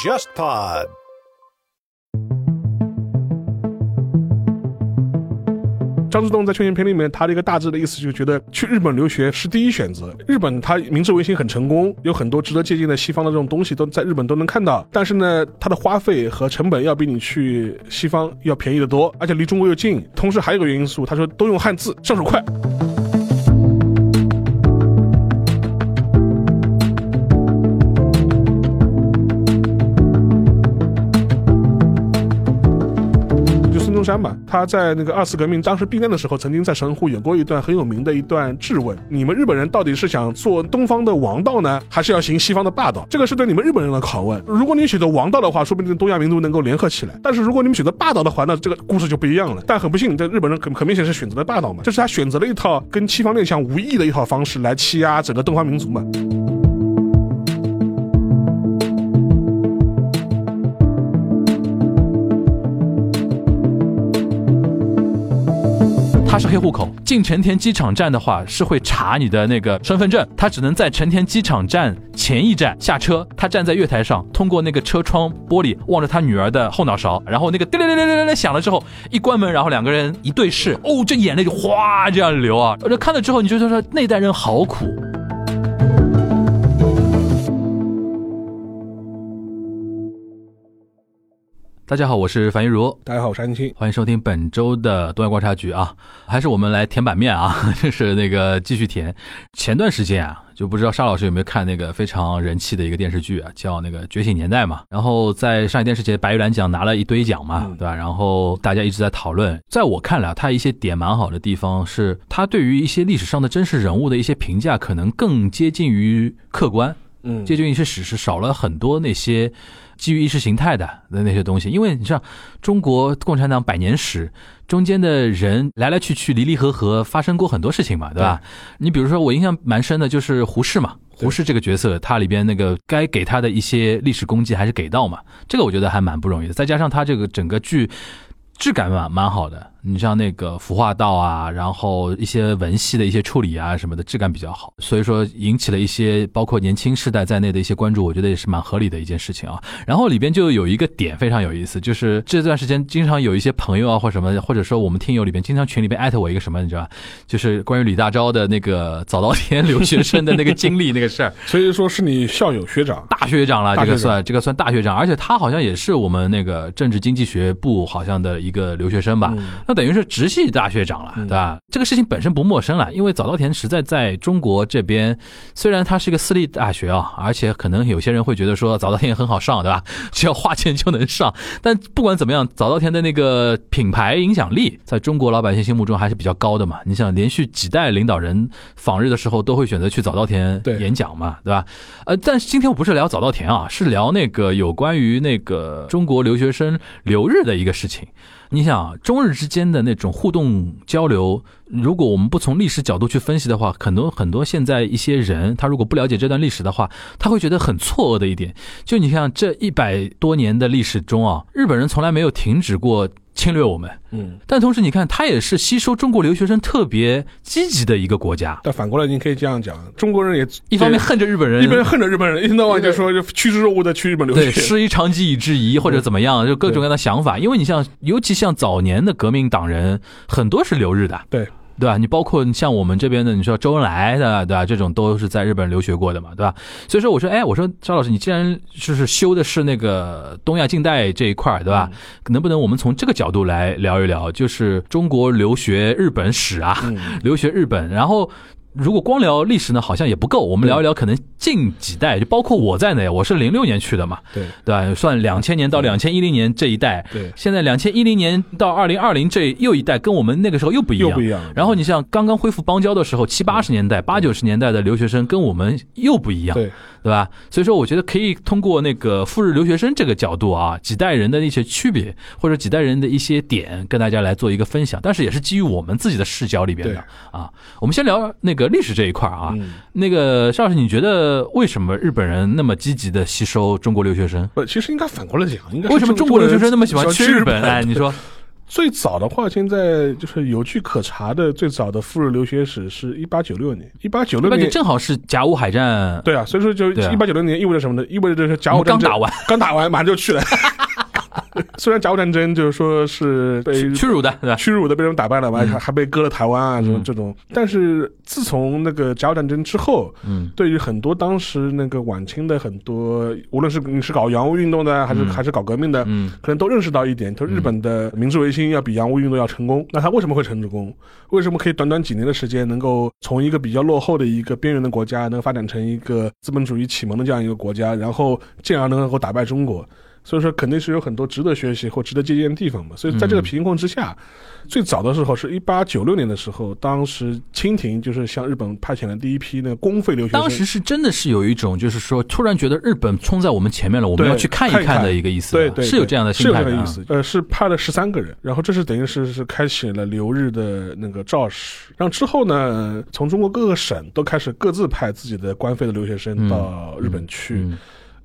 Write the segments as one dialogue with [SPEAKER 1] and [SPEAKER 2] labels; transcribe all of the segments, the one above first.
[SPEAKER 1] JustPod。
[SPEAKER 2] 张之洞在《劝贤篇》里面，他的一个大致的意思就觉得去日本留学是第一选择。日本它明治维新很成功，有很多值得借鉴的西方的这种东西都在日本都能看到，但是呢，它的花费和成本要比你去西方要便宜得多，而且离中国又近。同时还有一个因素，他说都用汉字，上手快。就孙中山吧，他在那个二次革命当时避难的时候，曾经在神户有过一段很有名的一段质问：你们日本人到底是想做东方的王道呢，还是要行西方的霸道？这个是对你们日本人的拷问。如果你选择王道的话，说不定东亚民族能够联合起来；但是如果你们选择霸道的话，那这个故事就不一样了。但很不幸，这日本人很很明显是选择了霸道嘛，这是他选择了一套跟西方列强无异的一套方式来欺压整个东方民族嘛。
[SPEAKER 3] 他是黑户口，进成田机场站的话是会查你的那个身份证，他只能在成田机场站前一站下车，他站在月台上，通过那个车窗玻璃望着他女儿的后脑勺，然后那个叮铃铃铃铃铃响了之后，一关门，然后两个人一对视，哦，这眼泪就哗这样流啊，我就看了之后，你就觉得说那代人好苦。大家好，我是樊玉茹，
[SPEAKER 2] 大家好，我是安青。
[SPEAKER 3] 欢迎收听本周的东亚观察局啊，还是我们来填版面啊， 就是那个继续填。前段时间啊，就不知道沙老师有没有看那个非常人气的一个电视剧啊，叫那个《觉醒年代》嘛。然后在上海电视节白玉兰奖拿了一堆奖嘛，
[SPEAKER 2] 嗯
[SPEAKER 3] 对吧？然后大家一直在讨论，在我看来啊，它一些点蛮好的地方是，它对于一些历史上的真实人物的一些评价，可能更接近于客观。
[SPEAKER 2] 嗯
[SPEAKER 3] 接近意识史是少了很多那些基于意识形态的那那些东西，因为你像中国共产党百年史中间的人来来去去、离离合合，发生过很多事情嘛，对吧？你比如说，我印象蛮深的就是胡适嘛，
[SPEAKER 2] 对
[SPEAKER 3] 胡适这个角色，他里边那个该给他的一些历史功绩还是给到嘛，这个我觉得还蛮不容易的。再加上他这个整个剧质感蛮蛮好的，你像那个服化道啊，然后一些文戏的一些处理啊什么的，质感比较好，所以说引起了一些包括年轻世代在内的一些关注，我觉得也是蛮合理的一件事情啊。然后里边就有一个点非常有意思，就是这段时间经常有一些朋友啊或什么，或者说我们听友里边经常群里边艾特我一个什么，你知道吧？就是关于李大钊的那个早稻田留学生的那个经历那个事儿，
[SPEAKER 2] 所以说是你校友学长，
[SPEAKER 3] 大学长了，
[SPEAKER 2] 大
[SPEAKER 3] 这
[SPEAKER 2] 学
[SPEAKER 3] 个
[SPEAKER 2] 长
[SPEAKER 3] 算这个算大学长，而且他好像也是我们那个政治经济学部好像的一个留学生
[SPEAKER 2] 嗯
[SPEAKER 3] 吧，那等于是直系大学长了，对吧？这个事情本身不陌生了，因为早稻田实在在中国这边，虽然它是一个私立大学啊，而且可能有些人会觉得说早稻田也很好上，对吧？只要花钱就能上，但不管怎么样，早稻田的那个品牌影响力在中国老百姓心目中还是比较高的嘛。你想，连续几代领导人访日的时候都会选择去早稻田
[SPEAKER 2] 对
[SPEAKER 3] 演讲嘛，对吧？呃，但是今天我不是聊早稻田啊，是聊那个有关于那个中国留学生留日的一个事情。你想，啊，中日之间的那种互动交流，如果我们不从历史角度去分析的话，很多很多现在一些人，他如果不了解这段历史的话，他会觉得很错愕的一点，就你看这一百多年的历史中啊，日本人从来没有停止过侵略我们，
[SPEAKER 2] 嗯，
[SPEAKER 3] 但同时你看，他也是吸收中国留学生特别积极的一个国家，
[SPEAKER 2] 但反过来你可以这样讲，中国人也
[SPEAKER 3] 一方面恨着日本人，
[SPEAKER 2] 一边恨着日本人，一天到晚就说就趋之若鹜的去日本留
[SPEAKER 3] 对，
[SPEAKER 2] 学。嗯
[SPEAKER 3] 师夷长技以制夷，或者怎么样，就各种各样的想法。因为你像，尤其像早年的革命党人，很多是留日的，
[SPEAKER 2] 对
[SPEAKER 3] 对吧？你包括像我们这边的，你说周恩来的，对吧？这种都是在日本留学过的嘛，对吧？所以说，我说，哎，我说赵老师，你既然就是修的是那个东亚近代这一块儿，对吧？
[SPEAKER 2] 嗯
[SPEAKER 3] 能不能我们从这个角度来聊一聊，就是中国留学日本史啊？
[SPEAKER 2] 嗯，
[SPEAKER 3] 留学日本，然后。如果光聊历史呢，好像也不够。我们聊一聊可能近几代，就包括我在内，我是零六年去的嘛，
[SPEAKER 2] 对
[SPEAKER 3] 对吧？算两千年到两千一零年这一代，
[SPEAKER 2] 对，
[SPEAKER 3] 现在两千一零年到二零二零这又一代，跟我们那个时候又不一
[SPEAKER 2] 又
[SPEAKER 3] 样
[SPEAKER 2] 不。一样了。嗯
[SPEAKER 3] 然后你像刚刚恢复邦交的时候，七八十年代、八九十年代的留学生跟我们又不一样，
[SPEAKER 2] 对，
[SPEAKER 3] 对吧？所以说，我觉得可以通过那个赴日留学生这个角度啊，几代人的一些区别，或者几代人的一些点，跟大家来做一个分享。但是也是基于我们自己的视角里边的啊。我们先聊那个历史这一块啊。
[SPEAKER 2] 嗯
[SPEAKER 3] 那个邵老师，你觉得为什么日本人那么积极的吸收中国留学生？
[SPEAKER 2] 不，其实应该反过来讲，应该是
[SPEAKER 3] 为什么中国留学生那么喜欢
[SPEAKER 2] 去
[SPEAKER 3] 去日本？哎，你说
[SPEAKER 2] 最早的话，现在就是有据可查的，最早的赴日留学史是一八九六年，一八九六
[SPEAKER 3] 而且
[SPEAKER 2] 年。
[SPEAKER 3] 正好是甲午海战，
[SPEAKER 2] 对啊，所以说就
[SPEAKER 3] 对啊
[SPEAKER 2] 一八九六年意味着什么呢？意味着就是甲
[SPEAKER 3] 我
[SPEAKER 2] 午
[SPEAKER 3] 们
[SPEAKER 2] 战
[SPEAKER 3] 刚
[SPEAKER 2] 争
[SPEAKER 3] 打完，
[SPEAKER 2] 刚打完，马上就去了。 虽然甲午战争就是说是被
[SPEAKER 3] 屈辱的，对吧？
[SPEAKER 2] 屈辱的被人打败了，完还还被割了台湾啊，这种
[SPEAKER 3] 嗯
[SPEAKER 2] 这种。但是自从那个甲午战争之后，
[SPEAKER 3] 嗯，
[SPEAKER 2] 对于很多当时那个晚清的很多，无论是你是搞洋务运动的，还是
[SPEAKER 3] 嗯
[SPEAKER 2] 还是搞革命的，
[SPEAKER 3] 嗯
[SPEAKER 2] 可能都认识到一点，就日本的明治维新要比洋务运动要成功。那它为什么会成功？为什么可以短短几年的时间，能够从一个比较落后的一个边缘的国家，能发展成一个资本主义启蒙的这样一个国家，然后进而能够打败中国？所以说，肯定是有很多值得学习或值得借鉴的地方嘛。所以在这个贫困之下，最早的时候是一八九六年的时候，当时清廷就是向日本派遣了第一批那个公费留学生。
[SPEAKER 3] 当时是真的是有一种，就是说，突然觉得日本冲在我们前面了，我们
[SPEAKER 2] 对
[SPEAKER 3] 要去看
[SPEAKER 2] 看一看
[SPEAKER 3] 看的一个意思吧，
[SPEAKER 2] 对对，
[SPEAKER 3] 是有这样的
[SPEAKER 2] 对是
[SPEAKER 3] 心
[SPEAKER 2] 有
[SPEAKER 3] 态
[SPEAKER 2] 这
[SPEAKER 3] 的
[SPEAKER 2] 样
[SPEAKER 3] 啊
[SPEAKER 2] 的意思。呃，是派了十三个人，然后这是等于是是开启了留日的那个肇始。然后之后呢，从中国各个省都开始各自派自己的官费的留学生
[SPEAKER 3] 嗯
[SPEAKER 2] 到日本去。
[SPEAKER 3] 嗯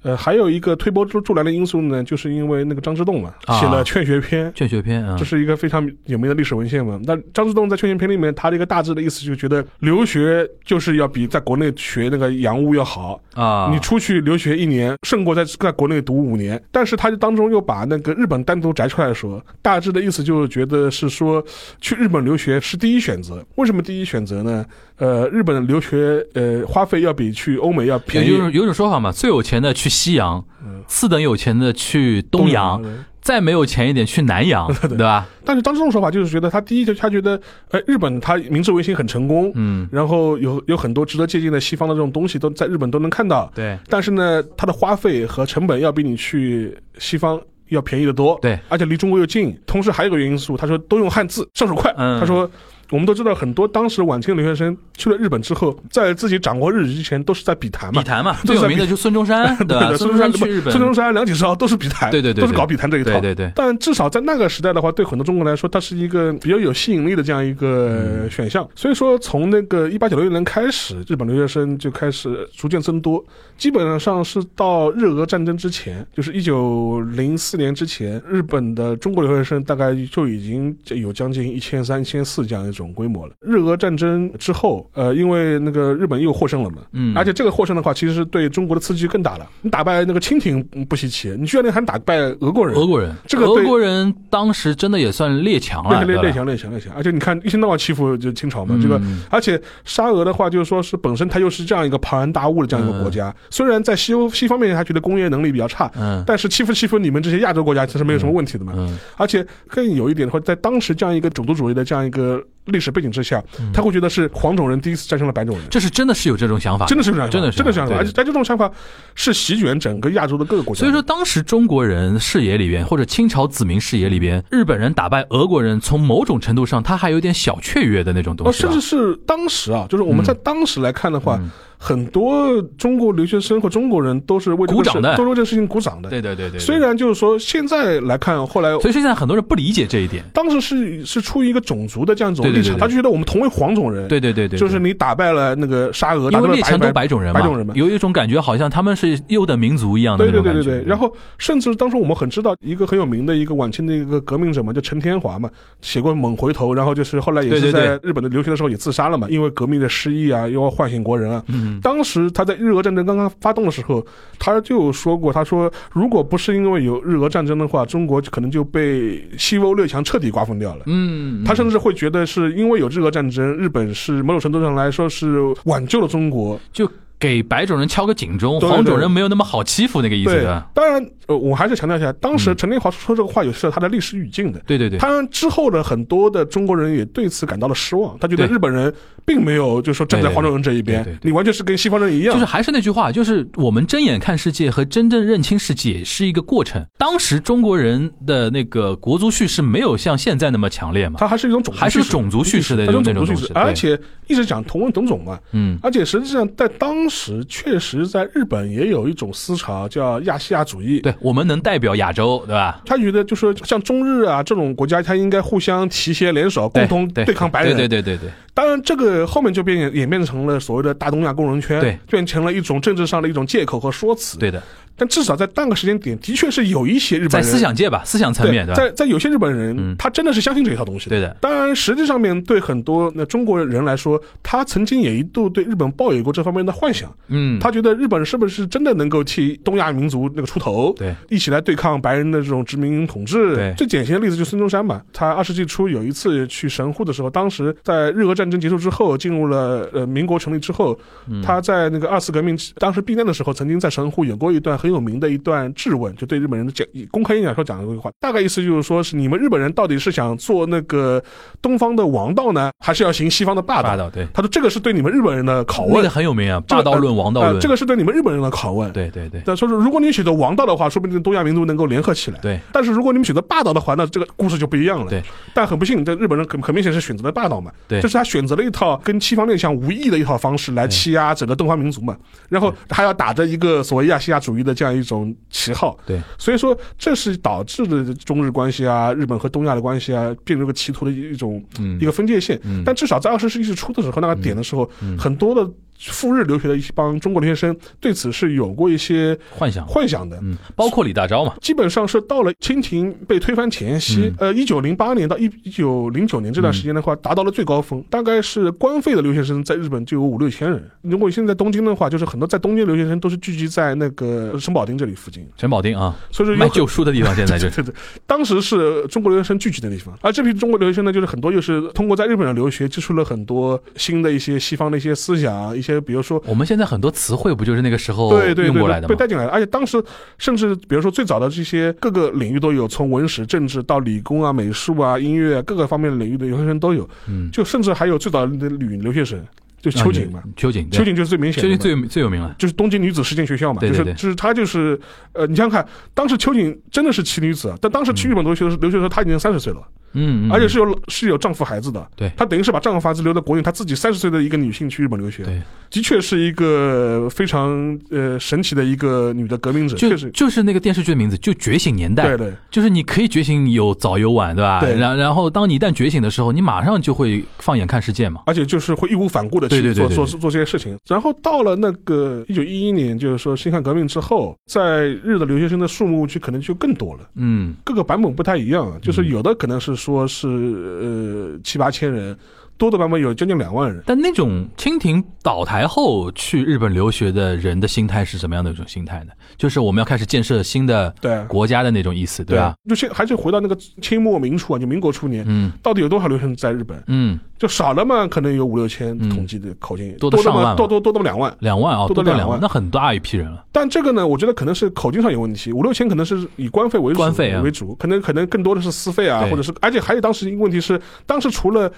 [SPEAKER 2] 呃，还有一个推波助助澜的因素呢，就是因为那个张之洞嘛，
[SPEAKER 3] 啊
[SPEAKER 2] 写了《劝学篇》
[SPEAKER 3] 劝学篇啊
[SPEAKER 2] 这，是一个非常有名的历史文献嘛。那张之洞在《劝学篇》里面，他的一个大致的意思就觉得留学就是要比在国内学那个洋务要好，
[SPEAKER 3] 啊，
[SPEAKER 2] 你出去留学一年，胜过在在国内读五年。但是他就当中又把那个日本单独摘出来说，大致的意思就是觉得是说去日本留学是第一选择。为什么第一选择呢？呃，日本留学呃花费要比去欧美要
[SPEAKER 3] 有
[SPEAKER 2] 便
[SPEAKER 3] 有
[SPEAKER 2] 宜
[SPEAKER 3] 种。有种说法嘛，最有钱的去西洋
[SPEAKER 2] 嗯，
[SPEAKER 3] 次等有钱的去东洋，
[SPEAKER 2] 嗯
[SPEAKER 3] 再没有钱一点去南 洋，对吧？
[SPEAKER 2] 但是当时这种说法就是觉得他第一就他觉得，呃，日本他明治维新很成功，
[SPEAKER 3] 嗯，
[SPEAKER 2] 然后有有很多值得借鉴的西方的这种东西都在日本都能看到，
[SPEAKER 3] 对，
[SPEAKER 2] 但是呢，它的花费和成本要比你去西方要便宜得多。
[SPEAKER 3] 对，
[SPEAKER 2] 而且离中国又近。同时还有一个因素，他说都用汉字，上手快。
[SPEAKER 3] 嗯
[SPEAKER 2] 他说。我们都知道，很多当时晚清留学生去了日本之后，在自己掌握日语之前，都是在笔谈嘛
[SPEAKER 3] 笔。谈嘛，
[SPEAKER 2] 都
[SPEAKER 3] 最
[SPEAKER 2] 是在
[SPEAKER 3] 有名的就是孙 中山，对吧？
[SPEAKER 2] 的
[SPEAKER 3] 孙
[SPEAKER 2] 孙
[SPEAKER 3] 中
[SPEAKER 2] 中
[SPEAKER 3] 山
[SPEAKER 2] 山
[SPEAKER 3] 去日本，
[SPEAKER 2] 孙中山、梁启超都是笔谈，
[SPEAKER 3] 对对对对
[SPEAKER 2] 都是搞笔谈这一套。
[SPEAKER 3] 对对对，
[SPEAKER 2] 但至少在那个时代的话，对很多中国人来说，它是一个比较有吸引力的这样一
[SPEAKER 3] 嗯
[SPEAKER 2] 个选项。所以说，从那个一八九六年开始，日本留学生就开始呃逐渐增多，基本上是到日俄战争之前，就是一九零四年之前，日本的中国留学生大概就已经有将近一千三、一千四这样一种规模了。日俄战争之后，呃，因为那个日本又获胜了嘛，
[SPEAKER 3] 嗯，
[SPEAKER 2] 而且这个获胜的话，其实是对中国的刺激更大了。你打败那个清廷嗯不稀奇，你居然还打败俄国人，
[SPEAKER 3] 俄国人，
[SPEAKER 2] 这个
[SPEAKER 3] 俄
[SPEAKER 2] 对
[SPEAKER 3] 国人当时真的也算列强了，
[SPEAKER 2] 列列
[SPEAKER 3] 啊对
[SPEAKER 2] 列
[SPEAKER 3] 吧
[SPEAKER 2] 强列强列强，而且你看一天到晚欺负就清朝嘛，
[SPEAKER 3] 嗯
[SPEAKER 2] 这个。而且沙俄的话，就是说是本身它又是这样一个庞然大物的这样一个国家，虽然在西欧西方面，他觉得工业能力比较差，
[SPEAKER 3] 嗯
[SPEAKER 2] 但是欺负欺负你们这些亚洲国家，其实没有什么问题的嘛。
[SPEAKER 3] 嗯
[SPEAKER 2] 而且更有一点的话，在当时这样一个种族主义的这样一个历史背景之下，
[SPEAKER 3] 嗯
[SPEAKER 2] 他会觉得是黄种人第一次战胜了白种人。
[SPEAKER 3] 这是真的是有这种想法，
[SPEAKER 2] 真的是这样想法，
[SPEAKER 3] 啊真的是
[SPEAKER 2] 真的是这样想法，而
[SPEAKER 3] 对
[SPEAKER 2] 且在这种想法是席卷整个亚洲的各个国家。
[SPEAKER 3] 所以说，当时中国人视野里边，或者清朝子民视野里边，日本人打败俄国人，从某种程度上，他还有点小雀跃的那种东
[SPEAKER 2] 呃，
[SPEAKER 3] 西嗯吧
[SPEAKER 2] 甚。至是当时啊，就是我们在当时来看的话，很多中国留学生和中国人都是为这
[SPEAKER 3] 鼓
[SPEAKER 2] 个
[SPEAKER 3] 掌
[SPEAKER 2] 事，
[SPEAKER 3] 的
[SPEAKER 2] 都是为这个事情鼓掌的。
[SPEAKER 3] 对对对对，对
[SPEAKER 2] 虽然就是说现在来看，后来
[SPEAKER 3] 所以说现在很多人不理解这一点。
[SPEAKER 2] 当时是是出于一个种族的这样一种
[SPEAKER 3] 对对
[SPEAKER 2] 立
[SPEAKER 3] 对
[SPEAKER 2] 场，
[SPEAKER 3] 对
[SPEAKER 2] 他就觉得我们同为黄种人，
[SPEAKER 3] 对对对对，对
[SPEAKER 2] 就是你打败了那个沙俄，
[SPEAKER 3] 因
[SPEAKER 2] 打败
[SPEAKER 3] 为
[SPEAKER 2] 了
[SPEAKER 3] 列强都
[SPEAKER 2] 白
[SPEAKER 3] 白种人嘛，
[SPEAKER 2] 白种人嘛
[SPEAKER 3] 有一种感觉，好像他们是优等民族一样的
[SPEAKER 2] 对
[SPEAKER 3] 那
[SPEAKER 2] 对
[SPEAKER 3] 种
[SPEAKER 2] 对
[SPEAKER 3] 感觉。
[SPEAKER 2] 对对，然后甚至当时我们很知道一个很有名的一个晚清的一个革命者嘛，叫陈天华嘛，写过《猛回头》，然后就是后来也
[SPEAKER 3] 对对
[SPEAKER 2] 是
[SPEAKER 3] 对
[SPEAKER 2] 在日本的留学的时候也自杀了嘛，因为革命的失意啊，又要唤醒国人啊。
[SPEAKER 3] 嗯
[SPEAKER 2] 当时他在日俄战争刚刚发动的时候，他就说过，他说如果不是因为有日俄战争的话，中国可能就被西欧列强彻底瓜分掉了。
[SPEAKER 3] 嗯，
[SPEAKER 2] 他甚至会觉得是因为有日俄战争，日本是某种程度上来说是挽救了中国，
[SPEAKER 3] 就给白种人敲个警钟，
[SPEAKER 2] 对对
[SPEAKER 3] 黄种
[SPEAKER 2] 对
[SPEAKER 3] 人没有那么好欺负那个意思
[SPEAKER 2] 对
[SPEAKER 3] 吧，
[SPEAKER 2] 当然，呃，我还是强调一下，当时
[SPEAKER 3] 嗯
[SPEAKER 2] 陈天华说这个话也是有他的历史语境的。
[SPEAKER 3] 对对对，
[SPEAKER 2] 当然之后的很多的中国人也对此感到了失望，他觉得
[SPEAKER 3] 对
[SPEAKER 2] 日本人并没有就说站在
[SPEAKER 3] 对对
[SPEAKER 2] 黄种人这一边
[SPEAKER 3] 对对，对
[SPEAKER 2] 你完全是跟西方人一样
[SPEAKER 3] 就是。还是那句话，就是我们睁眼看世界和真正认清世界是一个过程。当时中国人的那个国族叙事没有像现在那么强烈嘛，
[SPEAKER 2] 它还是一种种族
[SPEAKER 3] 还是
[SPEAKER 2] 叙事
[SPEAKER 3] 种族叙事的
[SPEAKER 2] 它
[SPEAKER 3] 那
[SPEAKER 2] 是
[SPEAKER 3] 种
[SPEAKER 2] 种族叙
[SPEAKER 3] 东
[SPEAKER 2] 事
[SPEAKER 3] 西，。
[SPEAKER 2] 而
[SPEAKER 3] 对
[SPEAKER 2] 且一直讲同文同种嘛，
[SPEAKER 3] 嗯，
[SPEAKER 2] 而且实际上在当时确实在日本也有一种思潮叫亚细亚主义，
[SPEAKER 3] 对，我们能代表亚洲，对吧？
[SPEAKER 2] 他觉得就说像中日啊这种国家，他应该互相提携联手，
[SPEAKER 3] 对
[SPEAKER 2] 共同
[SPEAKER 3] 对
[SPEAKER 2] 对抗白人。
[SPEAKER 3] 对对对对对，
[SPEAKER 2] 当然，这个后面就变演演变成了所谓的大东亚工人圈，
[SPEAKER 3] 对，
[SPEAKER 2] 变成了一种政治上的一种借口和说辞。
[SPEAKER 3] 对的，
[SPEAKER 2] 但至少在那个时间点，的确是有一些日本
[SPEAKER 3] 在
[SPEAKER 2] 人
[SPEAKER 3] 思想界吧，思想层面
[SPEAKER 2] 对
[SPEAKER 3] 对吧？
[SPEAKER 2] 在在有些日本人，
[SPEAKER 3] 嗯
[SPEAKER 2] 他真的是相信这一套东西的。
[SPEAKER 3] 对的，
[SPEAKER 2] 当然，实际上面对很多那中国人来说，他曾经也一度对日本抱有过这方面的幻想。
[SPEAKER 3] 嗯，
[SPEAKER 2] 他觉得日本是不是真的能够替东亚民族那个出头，
[SPEAKER 3] 对，
[SPEAKER 2] 一起来对抗白人的这种殖民统治？
[SPEAKER 3] 对
[SPEAKER 2] 最典型的例子就是孙中山嘛。他二十世纪初有一次去神户的时候，当时在日俄战争结束之后，进入了呃民国成立之后，
[SPEAKER 3] 嗯
[SPEAKER 2] 他在那个二次革命当时避难的时候，曾经在神户演过一段很有名的一段质问，就对日本人的讲以公开演讲说讲了一句话，大概意思就是说是你们日本人到底是想做那个东方的王道呢，还是要行西方的霸道？
[SPEAKER 3] 霸道对，
[SPEAKER 2] 他说这个是对你们日本人的拷
[SPEAKER 3] 那
[SPEAKER 2] 问
[SPEAKER 3] 个。很有名啊，
[SPEAKER 2] 这个
[SPEAKER 3] 霸道论、王道
[SPEAKER 2] 啊、
[SPEAKER 3] 论，
[SPEAKER 2] 这个是对你们日本人的拷问。
[SPEAKER 3] 对对对
[SPEAKER 2] 但说是如果你选择王道的话，说不定东亚民族能够联合起来。
[SPEAKER 3] 对，
[SPEAKER 2] 但是如果你们选择霸道的话，那这个故事就不一样了。
[SPEAKER 3] 对，
[SPEAKER 2] 但很不幸，这日本人很很明显是选择了霸道嘛。
[SPEAKER 3] 对
[SPEAKER 2] 这是他选择了一套跟西方面相无异的一套方式来欺压整个东方民族嘛。然后还要打着一个所谓亚细亚主义的这样一种旗号。
[SPEAKER 3] 对，
[SPEAKER 2] 所以说这是导致的中日关系啊、日本和东亚的关系啊变成一个歧途的一种、
[SPEAKER 3] 嗯
[SPEAKER 2] 一个分界线。
[SPEAKER 3] 嗯
[SPEAKER 2] 但至少在二十世纪初的时候，那个点的时候，很多的赴日留学的一帮中国留学生对此是有过一些
[SPEAKER 3] 幻想，
[SPEAKER 2] 幻想的。
[SPEAKER 3] 嗯，包括李大钊嘛，
[SPEAKER 2] 基本上是到了清廷被推翻前夕，
[SPEAKER 3] 嗯
[SPEAKER 2] 呃，一九零八年到一九零九年这段时间的话，达到了最高峰，大概是官费的留学生在日本就有五六千人。如果你现在东京的话，就是很多在东京留学生都是聚集在那个沈保町这里附近，
[SPEAKER 3] 陈宝丁啊，
[SPEAKER 2] 所以说有
[SPEAKER 3] 卖
[SPEAKER 2] 很
[SPEAKER 3] 旧书的地方现在就是，
[SPEAKER 2] 对对，当时是中国留学生聚集的地方，而这批中国留学生呢，就是很多又是通过在日本的留学，接触了很多新的一些西方的一些思想，一些比如说。
[SPEAKER 3] 我们现在很多词汇不就是那个时候
[SPEAKER 2] 对对
[SPEAKER 3] 用
[SPEAKER 2] 对
[SPEAKER 3] 过来
[SPEAKER 2] 对，
[SPEAKER 3] 的
[SPEAKER 2] 被
[SPEAKER 3] 吗？
[SPEAKER 2] 带进来的，而且当时甚至比如说最早的这些各个领域都有，从文史、政治到理工啊、美术啊、音乐、各个方面的领域的留学生都有，
[SPEAKER 3] 嗯，
[SPEAKER 2] 就甚至还有最早的女留学生，就是秋瑾嘛，
[SPEAKER 3] 啊，秋瑾，对
[SPEAKER 2] 秋瑾就是最明显的
[SPEAKER 3] 秋
[SPEAKER 2] 嘛，
[SPEAKER 3] 瑾最有最有名了，
[SPEAKER 2] 就是东京女子实践学校嘛，
[SPEAKER 3] 对对对
[SPEAKER 2] 就是就是她就是呃，你想想看，当时秋瑾真的是奇女子啊，但当时去日本留学的时候留学的时候，她已经三十岁了，
[SPEAKER 3] 嗯嗯，嗯
[SPEAKER 2] 而且是有是有丈夫孩子的，
[SPEAKER 3] 对
[SPEAKER 2] 她等于是把丈夫孩子留在国内，她自己三十岁的一个女性去日本留学，
[SPEAKER 3] 对，
[SPEAKER 2] 的确是一个非常呃神奇的一个女的革命者，确
[SPEAKER 3] 就
[SPEAKER 2] 实，
[SPEAKER 3] 就是那个电视剧的名字，就《觉醒年代》，
[SPEAKER 2] 对对
[SPEAKER 3] 就是你可以觉醒有早有晚，对吧？
[SPEAKER 2] 对
[SPEAKER 3] 然然后当你一旦觉醒的时候，你马上就会放眼看世界嘛。
[SPEAKER 2] 而且就是会义无反顾的去
[SPEAKER 3] 对对对
[SPEAKER 2] 做
[SPEAKER 3] 对
[SPEAKER 2] 做
[SPEAKER 3] 对
[SPEAKER 2] 做这些事情。然后到了那个呃一九一一年，就是说辛亥革命之后，在日的留学生的数目就可能就更多了。
[SPEAKER 3] 嗯，
[SPEAKER 2] 各个版本不太一样，就是有的可能是说是呃七八千人，多的版本有将近两万人。
[SPEAKER 3] 但那种清廷倒台后去日本留学的人的心态是什么样的一种心态呢？就是我们要开始建设新的
[SPEAKER 2] 对啊
[SPEAKER 3] 国家的那种意思，对吧？，
[SPEAKER 2] 就现还是回到那个清末明初啊，就民国初年，
[SPEAKER 3] 嗯
[SPEAKER 2] 到底有多少留学生在日本？
[SPEAKER 3] 嗯，
[SPEAKER 2] 就少了嘛，可能有五六千
[SPEAKER 3] 嗯
[SPEAKER 2] 统计的口径，
[SPEAKER 3] 多得
[SPEAKER 2] 多那
[SPEAKER 3] 上万
[SPEAKER 2] 么
[SPEAKER 3] 了
[SPEAKER 2] 多多多那么两万。
[SPEAKER 3] 两万啊、
[SPEAKER 2] 多
[SPEAKER 3] 多
[SPEAKER 2] 到
[SPEAKER 3] 到
[SPEAKER 2] 两
[SPEAKER 3] 两
[SPEAKER 2] 万
[SPEAKER 3] 万，那很大一批人了。
[SPEAKER 2] 但这个呢，我觉得可能是口径上有问题，五六千可能是以官费为主
[SPEAKER 3] 官费啊
[SPEAKER 2] 为主，可能可能更多的是私费啊，
[SPEAKER 3] 对
[SPEAKER 2] 或者是，而且还有当时一个问题是，当时除了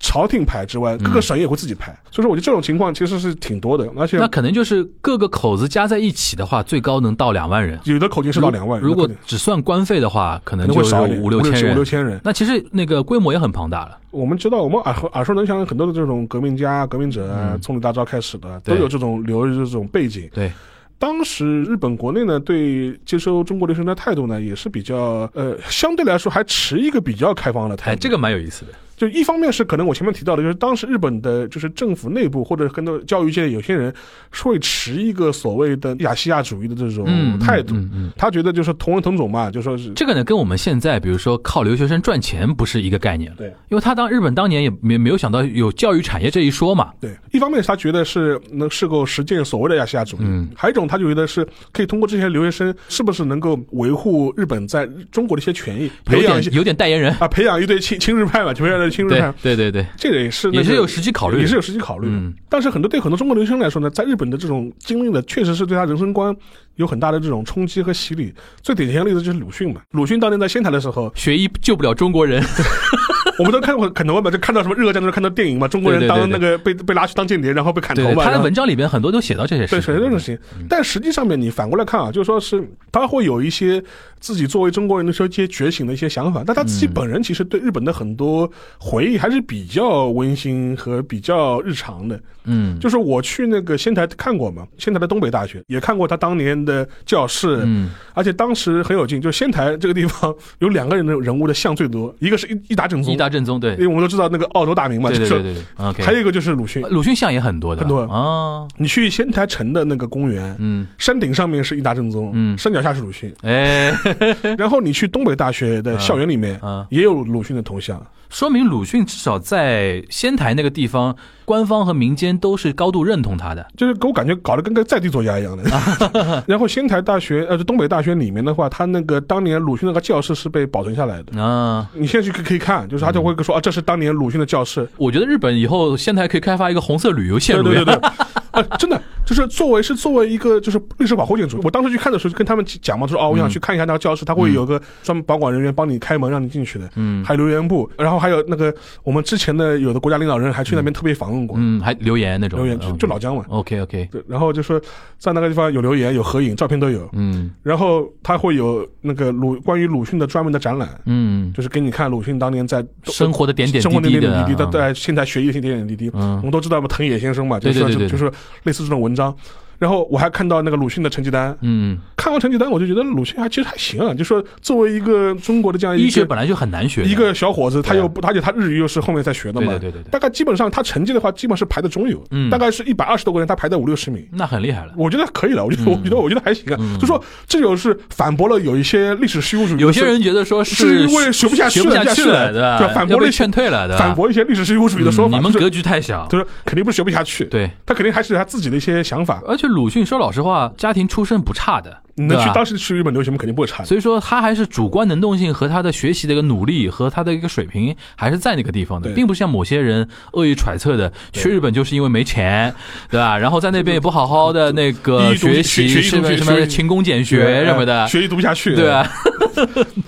[SPEAKER 2] 朝廷派之外，各个省也会自己派，所以说我觉得这种情况其实是挺多的，而且
[SPEAKER 3] 嗯那可能就是各个口子加在一起的话，最高能到两万人。
[SPEAKER 2] 有的口径是到两万，
[SPEAKER 3] 如果
[SPEAKER 2] 有的口径
[SPEAKER 3] 只算官费的话，可
[SPEAKER 2] 可
[SPEAKER 3] 能
[SPEAKER 2] 能
[SPEAKER 3] 就
[SPEAKER 2] 会少一
[SPEAKER 3] 有
[SPEAKER 2] 点，
[SPEAKER 3] 五六千
[SPEAKER 2] 五
[SPEAKER 3] 人
[SPEAKER 2] 六。千人。
[SPEAKER 3] 那其实那个规模也很庞大了。
[SPEAKER 2] 我们知道，我们耳耳熟能详很多的这种革命家、革命者啊，从李大钊开始的，都
[SPEAKER 3] 嗯对
[SPEAKER 2] 有这种留日这种背景。
[SPEAKER 3] 对，
[SPEAKER 2] 当时日本国内呢，对接收中国留学生的态度呢，也是比较呃，相对来说还持一个比较开放的态
[SPEAKER 3] 哎，
[SPEAKER 2] 度。
[SPEAKER 3] 这个蛮有意思的。
[SPEAKER 2] 就一方面是可能我前面提到的，就是当时日本的就是政府内部或者很多教育界有些人是会持一个所谓的亚细亚主义的这种
[SPEAKER 3] 嗯，
[SPEAKER 2] 态度，
[SPEAKER 3] 嗯嗯嗯
[SPEAKER 2] 他觉得就是同文同种嘛，就说是
[SPEAKER 3] 这个呢，跟我们现在比如说靠留学生赚钱不是一个概念了。
[SPEAKER 2] 对，
[SPEAKER 3] 因为他当日本当年也没没有想到有教育产业这一说嘛。
[SPEAKER 2] 对，一方面他觉得是能是够实践所谓的亚细亚主义，
[SPEAKER 3] 嗯
[SPEAKER 2] 还有一种他就觉得是可以通过这些留学生是不是能够维护日本在中国的一些权益，
[SPEAKER 3] 有
[SPEAKER 2] 培养一些
[SPEAKER 3] 点有点代 言人，
[SPEAKER 2] 啊培养一堆亲亲日派嘛，培养一堆亲日
[SPEAKER 3] 对
[SPEAKER 2] 派，
[SPEAKER 3] 对对对，
[SPEAKER 2] 这个也是、那个、
[SPEAKER 3] 也是有实际考虑
[SPEAKER 2] 也是
[SPEAKER 3] 的，
[SPEAKER 2] 有实际考虑的。
[SPEAKER 3] 嗯，
[SPEAKER 2] 但是很多对很多中国留学生来说呢，在日本的这种经历呢，确实是对他人生观有很大的这种冲击和洗礼。最典型的例子就是鲁迅嘛，鲁迅当年在仙台的时候
[SPEAKER 3] 学医救不了中 国人，
[SPEAKER 2] 我们都看过砍头嘛，就看到什么日俄战争，看到电影嘛，中国人
[SPEAKER 3] 对对对
[SPEAKER 2] 当那个被被拉去当间谍，然后被砍头
[SPEAKER 3] 对
[SPEAKER 2] 嘛，
[SPEAKER 3] 他
[SPEAKER 2] 然
[SPEAKER 3] 的
[SPEAKER 2] 后
[SPEAKER 3] 文章里边很多都写到这些事
[SPEAKER 2] 对，
[SPEAKER 3] 情
[SPEAKER 2] 首先这种事情，
[SPEAKER 3] 嗯
[SPEAKER 2] 但实际上面你反过来看啊，就是说是他会有一些自己作为中国人的时候一些觉醒的一些想法，但他自
[SPEAKER 3] 嗯
[SPEAKER 2] 己本人其实对日本的很多回忆还是比较温馨和比较日常的。
[SPEAKER 3] 嗯
[SPEAKER 2] 就是我去那个仙台看过嘛，仙台的东北大学也看过他当年的教室，
[SPEAKER 3] 嗯，
[SPEAKER 2] 而且当时很有劲，就仙台这个地方有两个人的人物的像最多，一个是伊伊达正宗
[SPEAKER 3] 伊，达大正宗，对
[SPEAKER 2] 因为我们都知道那个澳洲大名嘛，
[SPEAKER 3] 对
[SPEAKER 2] 就
[SPEAKER 3] 对对
[SPEAKER 2] 是
[SPEAKER 3] 对对，OK。
[SPEAKER 2] 还有一个就是鲁迅，
[SPEAKER 3] 鲁迅像也很多的，
[SPEAKER 2] 很多
[SPEAKER 3] 啊，
[SPEAKER 2] 你去仙台城的那个公园，
[SPEAKER 3] 嗯，
[SPEAKER 2] 山顶上面是一大正宗，
[SPEAKER 3] 嗯
[SPEAKER 2] 山脚下是鲁迅，
[SPEAKER 3] 哎，
[SPEAKER 2] 然后你去东北大学的校园里面
[SPEAKER 3] 嗯嗯
[SPEAKER 2] 也有鲁迅的头像，
[SPEAKER 3] 说明鲁迅至少在仙台那个地方，官方和民间都是高度认同他的。
[SPEAKER 2] 就是给我感觉搞得跟个在地作家一样的。 然后仙台大学，呃，就东北大学里面的话，他那个当年鲁迅那个教室是被保存下来的。
[SPEAKER 3] 啊，
[SPEAKER 2] 你现在去可以可以看，就是他就会说、啊，这是当年鲁迅的教室。
[SPEAKER 3] 我觉得日本以后仙台可以开发一个红色旅游线
[SPEAKER 2] 对对
[SPEAKER 3] 路，
[SPEAKER 2] 对对， 啊，真的就是作为是作为一个就是历史保护建筑，我当时去看的时候就跟他们讲嘛，就说哦，我
[SPEAKER 3] 嗯
[SPEAKER 2] 想去看一下那个教室，他会有个专门保管人员帮你开门让你进去的，
[SPEAKER 3] 嗯
[SPEAKER 2] 还有留言簿，然后还有那个我们之前的有的国家领导人还去那边特别访问过，
[SPEAKER 3] 嗯，还留言那种，
[SPEAKER 2] 留言就就老姜嘛，
[SPEAKER 3] OK OK，
[SPEAKER 2] 对，然后就说在那个地方有留言有合影，照片都有，
[SPEAKER 3] 嗯
[SPEAKER 2] 然后他会有那个鲁关于鲁迅的专门的展览，
[SPEAKER 3] 嗯，
[SPEAKER 2] 就是给你看鲁迅当年在
[SPEAKER 3] 生活的点点
[SPEAKER 2] 生活
[SPEAKER 3] 滴
[SPEAKER 2] 那
[SPEAKER 3] 滴
[SPEAKER 2] 点
[SPEAKER 3] 的
[SPEAKER 2] 点滴滴的，
[SPEAKER 3] 啊，
[SPEAKER 2] 在现在学艺的点点滴滴，我
[SPEAKER 3] 嗯
[SPEAKER 2] 们都知道嘛，藤野先生嘛，就
[SPEAKER 3] 对
[SPEAKER 2] 是
[SPEAKER 3] 对对对对
[SPEAKER 2] 就是类似这种文章。然后我还看到那个鲁迅的成绩单，
[SPEAKER 3] 嗯，
[SPEAKER 2] 看完成绩单我就觉得鲁迅还其实还行啊，就说作为一个中国的这样一
[SPEAKER 3] 医学
[SPEAKER 2] 个
[SPEAKER 3] 本来就很难学的，
[SPEAKER 2] 一个小伙子，他
[SPEAKER 3] 对啊
[SPEAKER 2] 又不，而且他日语又是后面才学的
[SPEAKER 3] 对
[SPEAKER 2] 嘛
[SPEAKER 3] 对，对对对，
[SPEAKER 2] 大概基本上他成绩的话，基本是排在中游，
[SPEAKER 3] 嗯
[SPEAKER 2] 大概是一百二十多个人，他排在五六十名。
[SPEAKER 3] 那很厉害了。
[SPEAKER 2] 我觉得可以了，我觉得、
[SPEAKER 3] 嗯
[SPEAKER 2] 我觉得我觉得还行啊，就说这就是反驳了有一些历史虚无主义，
[SPEAKER 3] 有些人觉得说
[SPEAKER 2] 是因为
[SPEAKER 3] 学
[SPEAKER 2] 学不下去
[SPEAKER 3] 学不
[SPEAKER 2] 了
[SPEAKER 3] 下去了，对吧？
[SPEAKER 2] 对吧反驳
[SPEAKER 3] 要
[SPEAKER 2] 了
[SPEAKER 3] 被
[SPEAKER 2] 一些
[SPEAKER 3] 劝退了，对吧？
[SPEAKER 2] 反驳一些历史虚无主义的说
[SPEAKER 3] 啊嗯
[SPEAKER 2] 法，
[SPEAKER 3] 你们
[SPEAKER 2] 就是
[SPEAKER 3] 格局太小，
[SPEAKER 2] 就是肯定不是学不下去，
[SPEAKER 3] 对。
[SPEAKER 2] 他肯定还是有他自己的一些想法。
[SPEAKER 3] 而且鲁迅说老实话，家庭出身不差的，
[SPEAKER 2] 你能
[SPEAKER 3] 对
[SPEAKER 2] 去
[SPEAKER 3] 吧
[SPEAKER 2] 当时去日本留学吗？肯定不会差的。
[SPEAKER 3] 所以说他还是主观能动性和他的学习的一个努力和他的一个水平还是在那个地方的，
[SPEAKER 2] 对
[SPEAKER 3] 并不像某些人恶意揣测的，去日本就是因为 没钱，对吧？然后在那边也不好好的那
[SPEAKER 2] 第
[SPEAKER 3] 个
[SPEAKER 2] 一读
[SPEAKER 3] 学
[SPEAKER 2] 学学
[SPEAKER 3] 习，
[SPEAKER 2] 一读
[SPEAKER 3] 甚至什
[SPEAKER 2] 学
[SPEAKER 3] 么
[SPEAKER 2] 一
[SPEAKER 3] 勤工俭学什么
[SPEAKER 2] 呃
[SPEAKER 3] 的，
[SPEAKER 2] 学习读不下去，
[SPEAKER 3] 对吧？？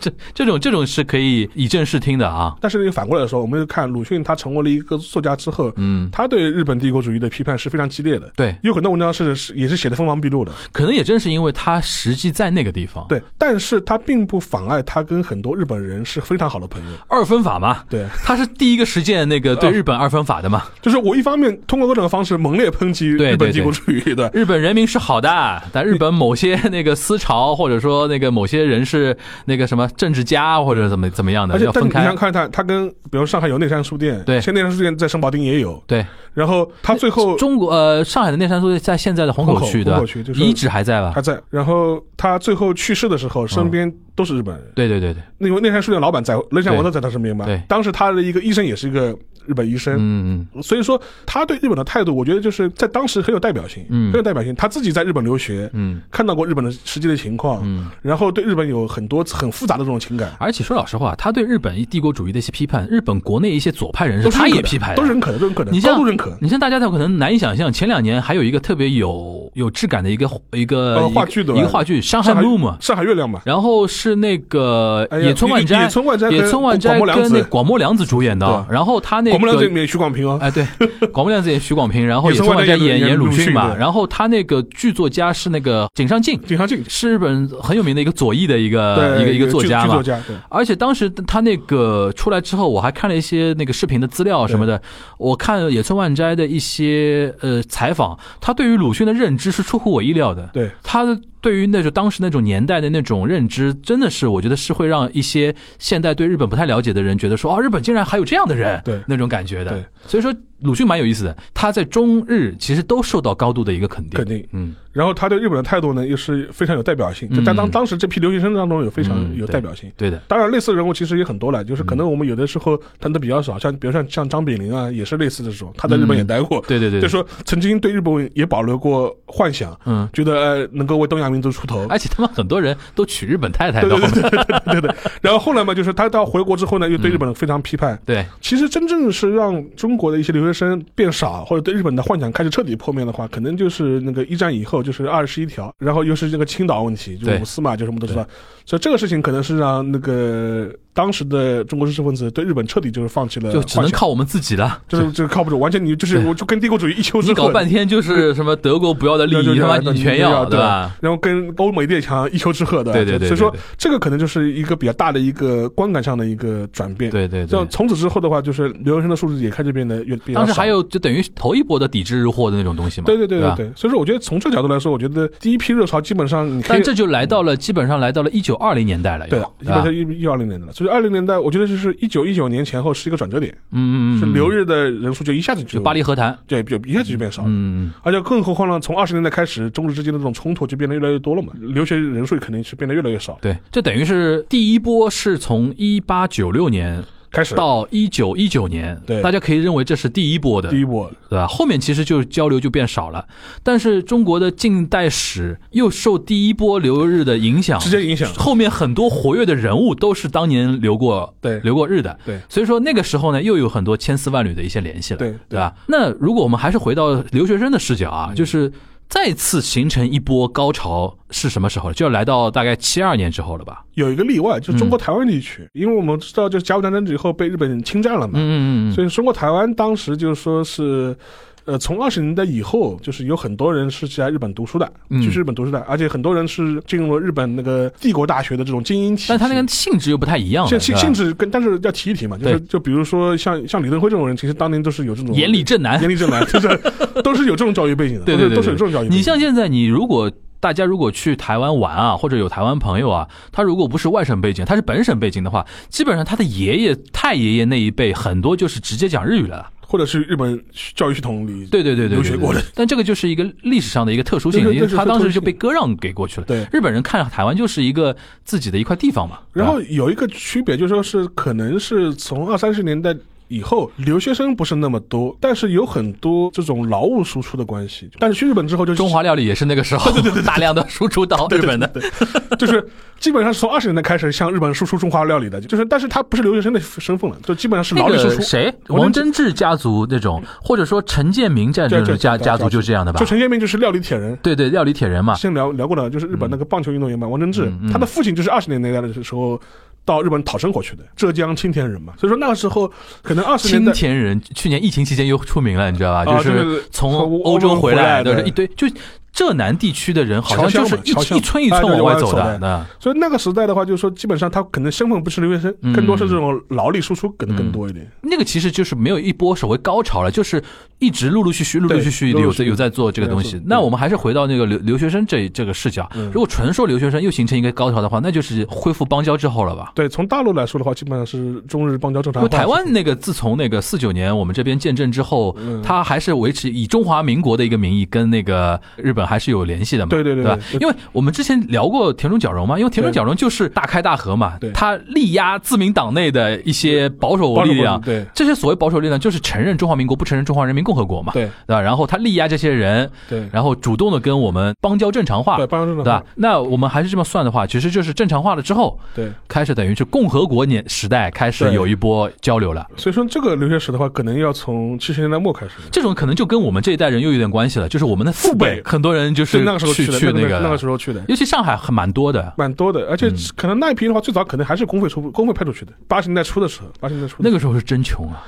[SPEAKER 3] 这这种这种是可以以正视听的啊，
[SPEAKER 2] 但是那个反过来说，我们就看鲁迅他成为了一个作家之后，
[SPEAKER 3] 嗯，
[SPEAKER 2] 他对日本帝国主义的批判是非常激烈的。
[SPEAKER 3] 对，哦
[SPEAKER 2] 有很多文章是是也是写的锋芒毕露的，
[SPEAKER 3] 可能也正是因为他实际在那个地方，，
[SPEAKER 2] 对，但是他并不妨碍他跟很多日本人是非常好的朋友，
[SPEAKER 3] 二分法嘛，
[SPEAKER 2] 对，
[SPEAKER 3] 他是第一个实践那个
[SPEAKER 2] 啊
[SPEAKER 3] 对日本二分法的嘛。
[SPEAKER 2] 就是我一方面通过各种方式猛烈抨击
[SPEAKER 3] 对
[SPEAKER 2] 日本
[SPEAKER 3] 对
[SPEAKER 2] 帝国主义的，
[SPEAKER 3] 日本人民是好的，啊但日本某些那个思潮，或者说那个某些人是那个什么政治家，或者怎么怎么样
[SPEAKER 2] 而
[SPEAKER 3] 的，
[SPEAKER 2] 且
[SPEAKER 3] 要
[SPEAKER 2] 但
[SPEAKER 3] 分
[SPEAKER 2] 你
[SPEAKER 3] 开
[SPEAKER 2] 想。看他，他跟比如上海有内山书店，
[SPEAKER 3] 对
[SPEAKER 2] 现在内山书店在圣保町也有，
[SPEAKER 3] 对，
[SPEAKER 2] 然后他最后
[SPEAKER 3] 中国呃上海的内山书店在现在的虹口区
[SPEAKER 2] 虹口
[SPEAKER 3] 对吧
[SPEAKER 2] 虹口区就？是
[SPEAKER 3] 遗址还在吧
[SPEAKER 2] 还？在，然后他最后去世的时候，身边
[SPEAKER 3] 嗯
[SPEAKER 2] 都是日本人，
[SPEAKER 3] 对对对对，
[SPEAKER 2] 因为内山书店老板在，内山文都在他身边嘛
[SPEAKER 3] 对，
[SPEAKER 2] 当时他的一个医生也是一个日本医生。
[SPEAKER 3] 嗯嗯
[SPEAKER 2] 所以说，他对日本的态度，我觉得就是在当时很有代表性，
[SPEAKER 3] 嗯
[SPEAKER 2] 很有代表性。他自己在日本留学，
[SPEAKER 3] 嗯
[SPEAKER 2] 看到过日本的实际的情况，
[SPEAKER 3] 嗯。
[SPEAKER 2] 然后对日本有很多很复杂的这种情感，
[SPEAKER 3] 而且说老实话，他对日本帝国主义的一些批判，日本国内一些左派人士
[SPEAKER 2] 都是
[SPEAKER 3] 嗯他
[SPEAKER 2] 认可
[SPEAKER 3] 也
[SPEAKER 2] 的
[SPEAKER 3] 批判的，
[SPEAKER 2] 都认可的，都认可的，
[SPEAKER 3] 你像
[SPEAKER 2] 高度认可。
[SPEAKER 3] 你像大家都可能难以想象，前两年还有一个特别有有质感的一个一个、
[SPEAKER 2] 呃
[SPEAKER 3] 一个
[SPEAKER 2] 话剧对吧
[SPEAKER 3] 一个话剧《上海
[SPEAKER 2] 上海
[SPEAKER 3] m o o 嘛，
[SPEAKER 2] 上海月亮嘛，
[SPEAKER 3] 然后是那个
[SPEAKER 2] 哎呀
[SPEAKER 3] 野村万斋，
[SPEAKER 2] 野村万斋跟
[SPEAKER 3] 野村万
[SPEAKER 2] 广
[SPEAKER 3] 斋
[SPEAKER 2] 播
[SPEAKER 3] 跟
[SPEAKER 2] 凉子
[SPEAKER 3] 那广末凉子主演的，
[SPEAKER 2] 对
[SPEAKER 3] 然后他那
[SPEAKER 2] 广播凉这里
[SPEAKER 3] 个。
[SPEAKER 2] 面许广平哦，
[SPEAKER 3] 哎，对， 广播凉子演许广平，然后
[SPEAKER 2] 野
[SPEAKER 3] 野
[SPEAKER 2] 村
[SPEAKER 3] 村
[SPEAKER 2] 万
[SPEAKER 3] 万
[SPEAKER 2] 斋
[SPEAKER 3] 斋
[SPEAKER 2] 演
[SPEAKER 3] 演
[SPEAKER 2] 演
[SPEAKER 3] 鲁
[SPEAKER 2] 鲁迅
[SPEAKER 3] 迅嘛，
[SPEAKER 2] 对
[SPEAKER 3] 然后他那个剧作家是那个井上靖，
[SPEAKER 2] 井上靖，
[SPEAKER 3] 是日本很有名的一个左翼的一个
[SPEAKER 2] 对，
[SPEAKER 3] 呃一个一个
[SPEAKER 2] 剧
[SPEAKER 3] 作家
[SPEAKER 2] 剧
[SPEAKER 3] 嘛
[SPEAKER 2] 作。家，对，
[SPEAKER 3] 而且当时他那个出来之后，我还看了一些那个视频的资料什么的。我看野村万斋的一些呃采访，他对于鲁迅的认知是出乎我意料的。
[SPEAKER 2] 对，
[SPEAKER 3] 他对于那种当时那种年代的那种认知，真的是我觉得是会让一些现代对日本不太了解的人觉得说，哦，日本竟然还有这样的人，
[SPEAKER 2] 对
[SPEAKER 3] 那种感觉的
[SPEAKER 2] 对。
[SPEAKER 3] 所以说鲁迅蛮有意思的，他在中日其实都受到高度的一个肯定。
[SPEAKER 2] 肯定。
[SPEAKER 3] 嗯，
[SPEAKER 2] 然后他对日本的态度呢，又是非常有代表性，就
[SPEAKER 3] 嗯
[SPEAKER 2] 在当当时这批留学生当中有非常
[SPEAKER 3] 嗯
[SPEAKER 2] 有代表性。
[SPEAKER 3] 对嗯的，
[SPEAKER 2] 当然，类似的人物其实也很多了，就是可能我们有的时候谈的比较少，像比如像像张炳麟啊，也是类似的这种，他在日本也待过，
[SPEAKER 3] 对嗯对对，
[SPEAKER 2] 就说曾经对日本也保留过幻想，
[SPEAKER 3] 嗯。
[SPEAKER 2] 觉得呃能够为东亚民族出头，
[SPEAKER 3] 而且他们很多人都娶日本太太
[SPEAKER 2] 对
[SPEAKER 3] 的
[SPEAKER 2] 对，对对对对对。然后后来嘛，就是他到回国之后呢，又
[SPEAKER 3] 嗯
[SPEAKER 2] 对日本非常批判。
[SPEAKER 3] 对，
[SPEAKER 2] 其实真正是让中国的一些留学生变傻，或者对日本的幻想开始彻底破灭的话，可能就是那个一战以后，就是二十一条，然后又是这个青岛问题，就是
[SPEAKER 3] 对
[SPEAKER 2] 五四嘛，就是我们都知道。所以这个事情可能是让那个当时的中国知识分子对日本彻底就是放弃了
[SPEAKER 3] 就
[SPEAKER 2] 幻
[SPEAKER 3] 只能
[SPEAKER 2] 想。
[SPEAKER 3] 靠我们自己了。
[SPEAKER 2] 呃就是就是靠不住，完全你就是
[SPEAKER 3] 对
[SPEAKER 2] 我就跟帝国主义一丘之
[SPEAKER 3] 你搞
[SPEAKER 2] 貉，
[SPEAKER 3] 半天就是什么德国不要的利
[SPEAKER 2] 对对
[SPEAKER 3] 益，
[SPEAKER 2] 对
[SPEAKER 3] 他妈
[SPEAKER 2] 对
[SPEAKER 3] 你
[SPEAKER 2] 对
[SPEAKER 3] 全
[SPEAKER 2] 对
[SPEAKER 3] 要，
[SPEAKER 2] 对
[SPEAKER 3] 吧？
[SPEAKER 2] 然后跟欧美列强一丘之貉的，
[SPEAKER 3] 对对对
[SPEAKER 2] 所以说
[SPEAKER 3] 对对
[SPEAKER 2] 这个可能就是一个比较大的一个观感上的一个转变。
[SPEAKER 3] 对对对
[SPEAKER 2] 像。从此之后的话，就是留学生的素质也开始变得越变较
[SPEAKER 3] 当时
[SPEAKER 2] 少
[SPEAKER 3] 还有就等于头一波的抵制日货的那种东西嘛。
[SPEAKER 2] 对对对
[SPEAKER 3] 对吧
[SPEAKER 2] 对对，所以说我觉得从这角度来说，我觉得第一批热潮基本上你可
[SPEAKER 3] 但
[SPEAKER 2] 以
[SPEAKER 3] 这啊就来到了基本上来到了一九二零年代了，
[SPEAKER 2] 对，
[SPEAKER 3] 又
[SPEAKER 2] 基
[SPEAKER 3] 对
[SPEAKER 2] 本
[SPEAKER 3] 吧
[SPEAKER 2] 上？一一二零年代了，所以二零年代我觉得就是一九一九年前后是一个转折点，
[SPEAKER 3] 嗯嗯嗯，
[SPEAKER 2] 是留日的人数就一下子就
[SPEAKER 3] 就巴黎和谈，
[SPEAKER 2] 对，就一下子就变少了。
[SPEAKER 3] 嗯，
[SPEAKER 2] 而且更何况呢，从二十年代开始，中日之间的这种冲突就变得越来越多了嘛，留学人数肯定是变得越来越少。
[SPEAKER 3] 对，这等于是第一波是从一八九六年
[SPEAKER 2] 开始
[SPEAKER 3] 到一九一九年，
[SPEAKER 2] 对
[SPEAKER 3] 大家可以认为这是第一波的，
[SPEAKER 2] 第一波，
[SPEAKER 3] 对吧？后面其实就交流就变少了，但是中国的近代史又受第一波留日的影响，
[SPEAKER 2] 直接影响
[SPEAKER 3] 后面很多活跃的人物都是当年留过
[SPEAKER 2] 对
[SPEAKER 3] 留过日的，
[SPEAKER 2] 对
[SPEAKER 3] 所以说那个时候呢，又有很多千丝万缕的一些联系了，
[SPEAKER 2] 对嗯
[SPEAKER 3] 对吧？那如果我们还是回到留学生的视角啊，就是再次形成一波高潮是什么时候？就要来到大概七二年之后了吧？
[SPEAKER 2] 有一个例外，就是中国
[SPEAKER 3] 嗯
[SPEAKER 2] 台湾地区，因为我们知道，就是甲午战争以后被日本侵占了嘛，
[SPEAKER 3] 嗯嗯嗯，
[SPEAKER 2] 所以中国台湾当时就是说是，呃，从二十年代以后，就是有很多人是在日本读书的，
[SPEAKER 3] 嗯
[SPEAKER 2] 去日本读书的，而且很多人是进入了日本那个帝国大学的这种精英体系。
[SPEAKER 3] 但他那个性质又不太一样了，
[SPEAKER 2] 性
[SPEAKER 3] 是
[SPEAKER 2] 性
[SPEAKER 3] 吧
[SPEAKER 2] 性质跟，但是要提一提嘛，就是
[SPEAKER 3] 对
[SPEAKER 2] 就比如说像像李登辉这种人，其实当年都是有这种
[SPEAKER 3] 眼里正南
[SPEAKER 2] 严，厉正 来，就是都是有这种教育背景的，
[SPEAKER 3] 对
[SPEAKER 2] 都
[SPEAKER 3] 对
[SPEAKER 2] 是都是啊有
[SPEAKER 3] 对，对
[SPEAKER 2] 这种教育背景。
[SPEAKER 3] 你像现在，你如果大家如果去台湾玩啊，或者有台湾朋友啊，他如果不是外省背景，他是本省背景的话，基本上他的爷爷、太爷爷那一辈，很多就是直接讲日语了啦。
[SPEAKER 2] 或者是日本教育系统里，
[SPEAKER 3] 对对对对，
[SPEAKER 2] 留学过的
[SPEAKER 3] 对。对对但这个就是一个历史上的一个特殊性，
[SPEAKER 2] 对对
[SPEAKER 3] 因为
[SPEAKER 2] 这是
[SPEAKER 3] 他当
[SPEAKER 2] 特
[SPEAKER 3] 时
[SPEAKER 2] 殊性
[SPEAKER 3] 就被割让给过去了。
[SPEAKER 2] 对
[SPEAKER 3] 日本人看台湾就是一个自己的一块地方嘛。
[SPEAKER 2] 然
[SPEAKER 3] 对吧
[SPEAKER 2] 后有一个区别，就是说是可能是从二三十年代以后，留学生不是那么多，但是有很多这种劳务输出的关系。但是去日本之后，就是
[SPEAKER 3] 中华料理也是那个时 候大量的输出到日本的。
[SPEAKER 2] 就是 基本上是从二十年代开始向日本输出中华料理的，就是但是他不是留学生的身份了，就基本上是劳
[SPEAKER 3] 那
[SPEAKER 2] 力输
[SPEAKER 3] 个
[SPEAKER 2] 出。
[SPEAKER 3] 谁，
[SPEAKER 2] 我能
[SPEAKER 3] 王贞治家族那种，或者说陈建明这
[SPEAKER 2] 对
[SPEAKER 3] 种
[SPEAKER 2] 对
[SPEAKER 3] 家
[SPEAKER 2] 对
[SPEAKER 3] 家族就是这样的吧嗯
[SPEAKER 2] 就？陈建斌就是料理铁人。
[SPEAKER 3] 对对，料理铁人嘛。
[SPEAKER 2] 先聊聊过的，就是日本那个棒球运动员嘛，王贞治
[SPEAKER 3] 嗯，嗯
[SPEAKER 2] 他的父亲就是二十年代的时候到日本讨生活去的，浙江青田人嘛，所以说那个时候可能二十年
[SPEAKER 3] 青
[SPEAKER 2] 代
[SPEAKER 3] 田人去年疫情期间又出名了，你知道吧？
[SPEAKER 2] 啊
[SPEAKER 3] 就
[SPEAKER 2] 对对
[SPEAKER 3] 是
[SPEAKER 2] 对
[SPEAKER 3] 从
[SPEAKER 2] 从
[SPEAKER 3] 欧
[SPEAKER 2] 欧洲
[SPEAKER 3] 洲回来
[SPEAKER 2] 回来的
[SPEAKER 3] 都是一堆，就浙南地区的人好
[SPEAKER 2] 侨
[SPEAKER 3] 像就
[SPEAKER 2] 乡
[SPEAKER 3] 是
[SPEAKER 2] 嘛
[SPEAKER 3] 一
[SPEAKER 2] 侨乡
[SPEAKER 3] 一村一村
[SPEAKER 2] 哎对
[SPEAKER 3] 往
[SPEAKER 2] 往
[SPEAKER 3] 外
[SPEAKER 2] 外
[SPEAKER 3] 走的。
[SPEAKER 2] 走的
[SPEAKER 3] 那
[SPEAKER 2] 所以那个时代的话，就是说，基本上他可能身份不是留学生，
[SPEAKER 3] 嗯
[SPEAKER 2] 更多是这种劳力输出更更多一点。
[SPEAKER 3] 那个其实就是没有一波所谓高潮了，就是一直陆陆续续、陆陆续续
[SPEAKER 2] 陆
[SPEAKER 3] 有
[SPEAKER 2] 陆续
[SPEAKER 3] 在
[SPEAKER 2] 续
[SPEAKER 3] 有在做这个东
[SPEAKER 2] 没
[SPEAKER 3] 西
[SPEAKER 2] 错。
[SPEAKER 3] 那我们还是回到那个留留学生这这个视角，
[SPEAKER 2] 嗯
[SPEAKER 3] 如果纯说留学生又形成一个高潮的话，那就是恢复邦交之后了吧？
[SPEAKER 2] 对，从大陆来说的话，基本上是中日邦交正
[SPEAKER 3] 因
[SPEAKER 2] 常
[SPEAKER 3] 为
[SPEAKER 2] 化。
[SPEAKER 3] 台湾那个自从那个四九年我们这边建政之后，
[SPEAKER 2] 嗯
[SPEAKER 3] 它还是维持以中华民国的一个名义跟那个日本还是有联系的嘛，
[SPEAKER 2] 对对对
[SPEAKER 3] 吧
[SPEAKER 2] 对？
[SPEAKER 3] 因为我们之前聊过田中角荣嘛，因为田中角荣就是大开大合嘛
[SPEAKER 2] 对，
[SPEAKER 3] 他力压自民党内的一些保守
[SPEAKER 2] 保守
[SPEAKER 3] 力量，
[SPEAKER 2] 对
[SPEAKER 3] 这些所谓保守力量就是承认中华民国，不承认中华人民共和国嘛，
[SPEAKER 2] 对
[SPEAKER 3] 吧？然后他力压这些人，
[SPEAKER 2] 对
[SPEAKER 3] 然后主动的跟我们邦交正常化，
[SPEAKER 2] 对邦交正常化
[SPEAKER 3] 对吧？那我们还是这么算的话，其实就是正常化了之后，
[SPEAKER 2] 对，
[SPEAKER 3] 开始等于是共和国年时代开始
[SPEAKER 2] 对
[SPEAKER 3] 有一波交流了。
[SPEAKER 2] 所以说这个留学史的话，可能要从七十年代末开始。
[SPEAKER 3] 这种可能就跟我们这一代人又有点关系了，就是我们的父
[SPEAKER 2] 父辈
[SPEAKER 3] 很多人就是
[SPEAKER 2] 对，那个时候
[SPEAKER 3] 去
[SPEAKER 2] 的，
[SPEAKER 3] 去
[SPEAKER 2] 那
[SPEAKER 3] 个，嗯
[SPEAKER 2] 那个时候去的。
[SPEAKER 3] 尤其上海还蛮多的。
[SPEAKER 2] 蛮多的，而且可能那一批的话，最早可能还是公费出公费派出去的，八十年代初的时候，八十年代初的
[SPEAKER 3] 那个时候是真穷啊，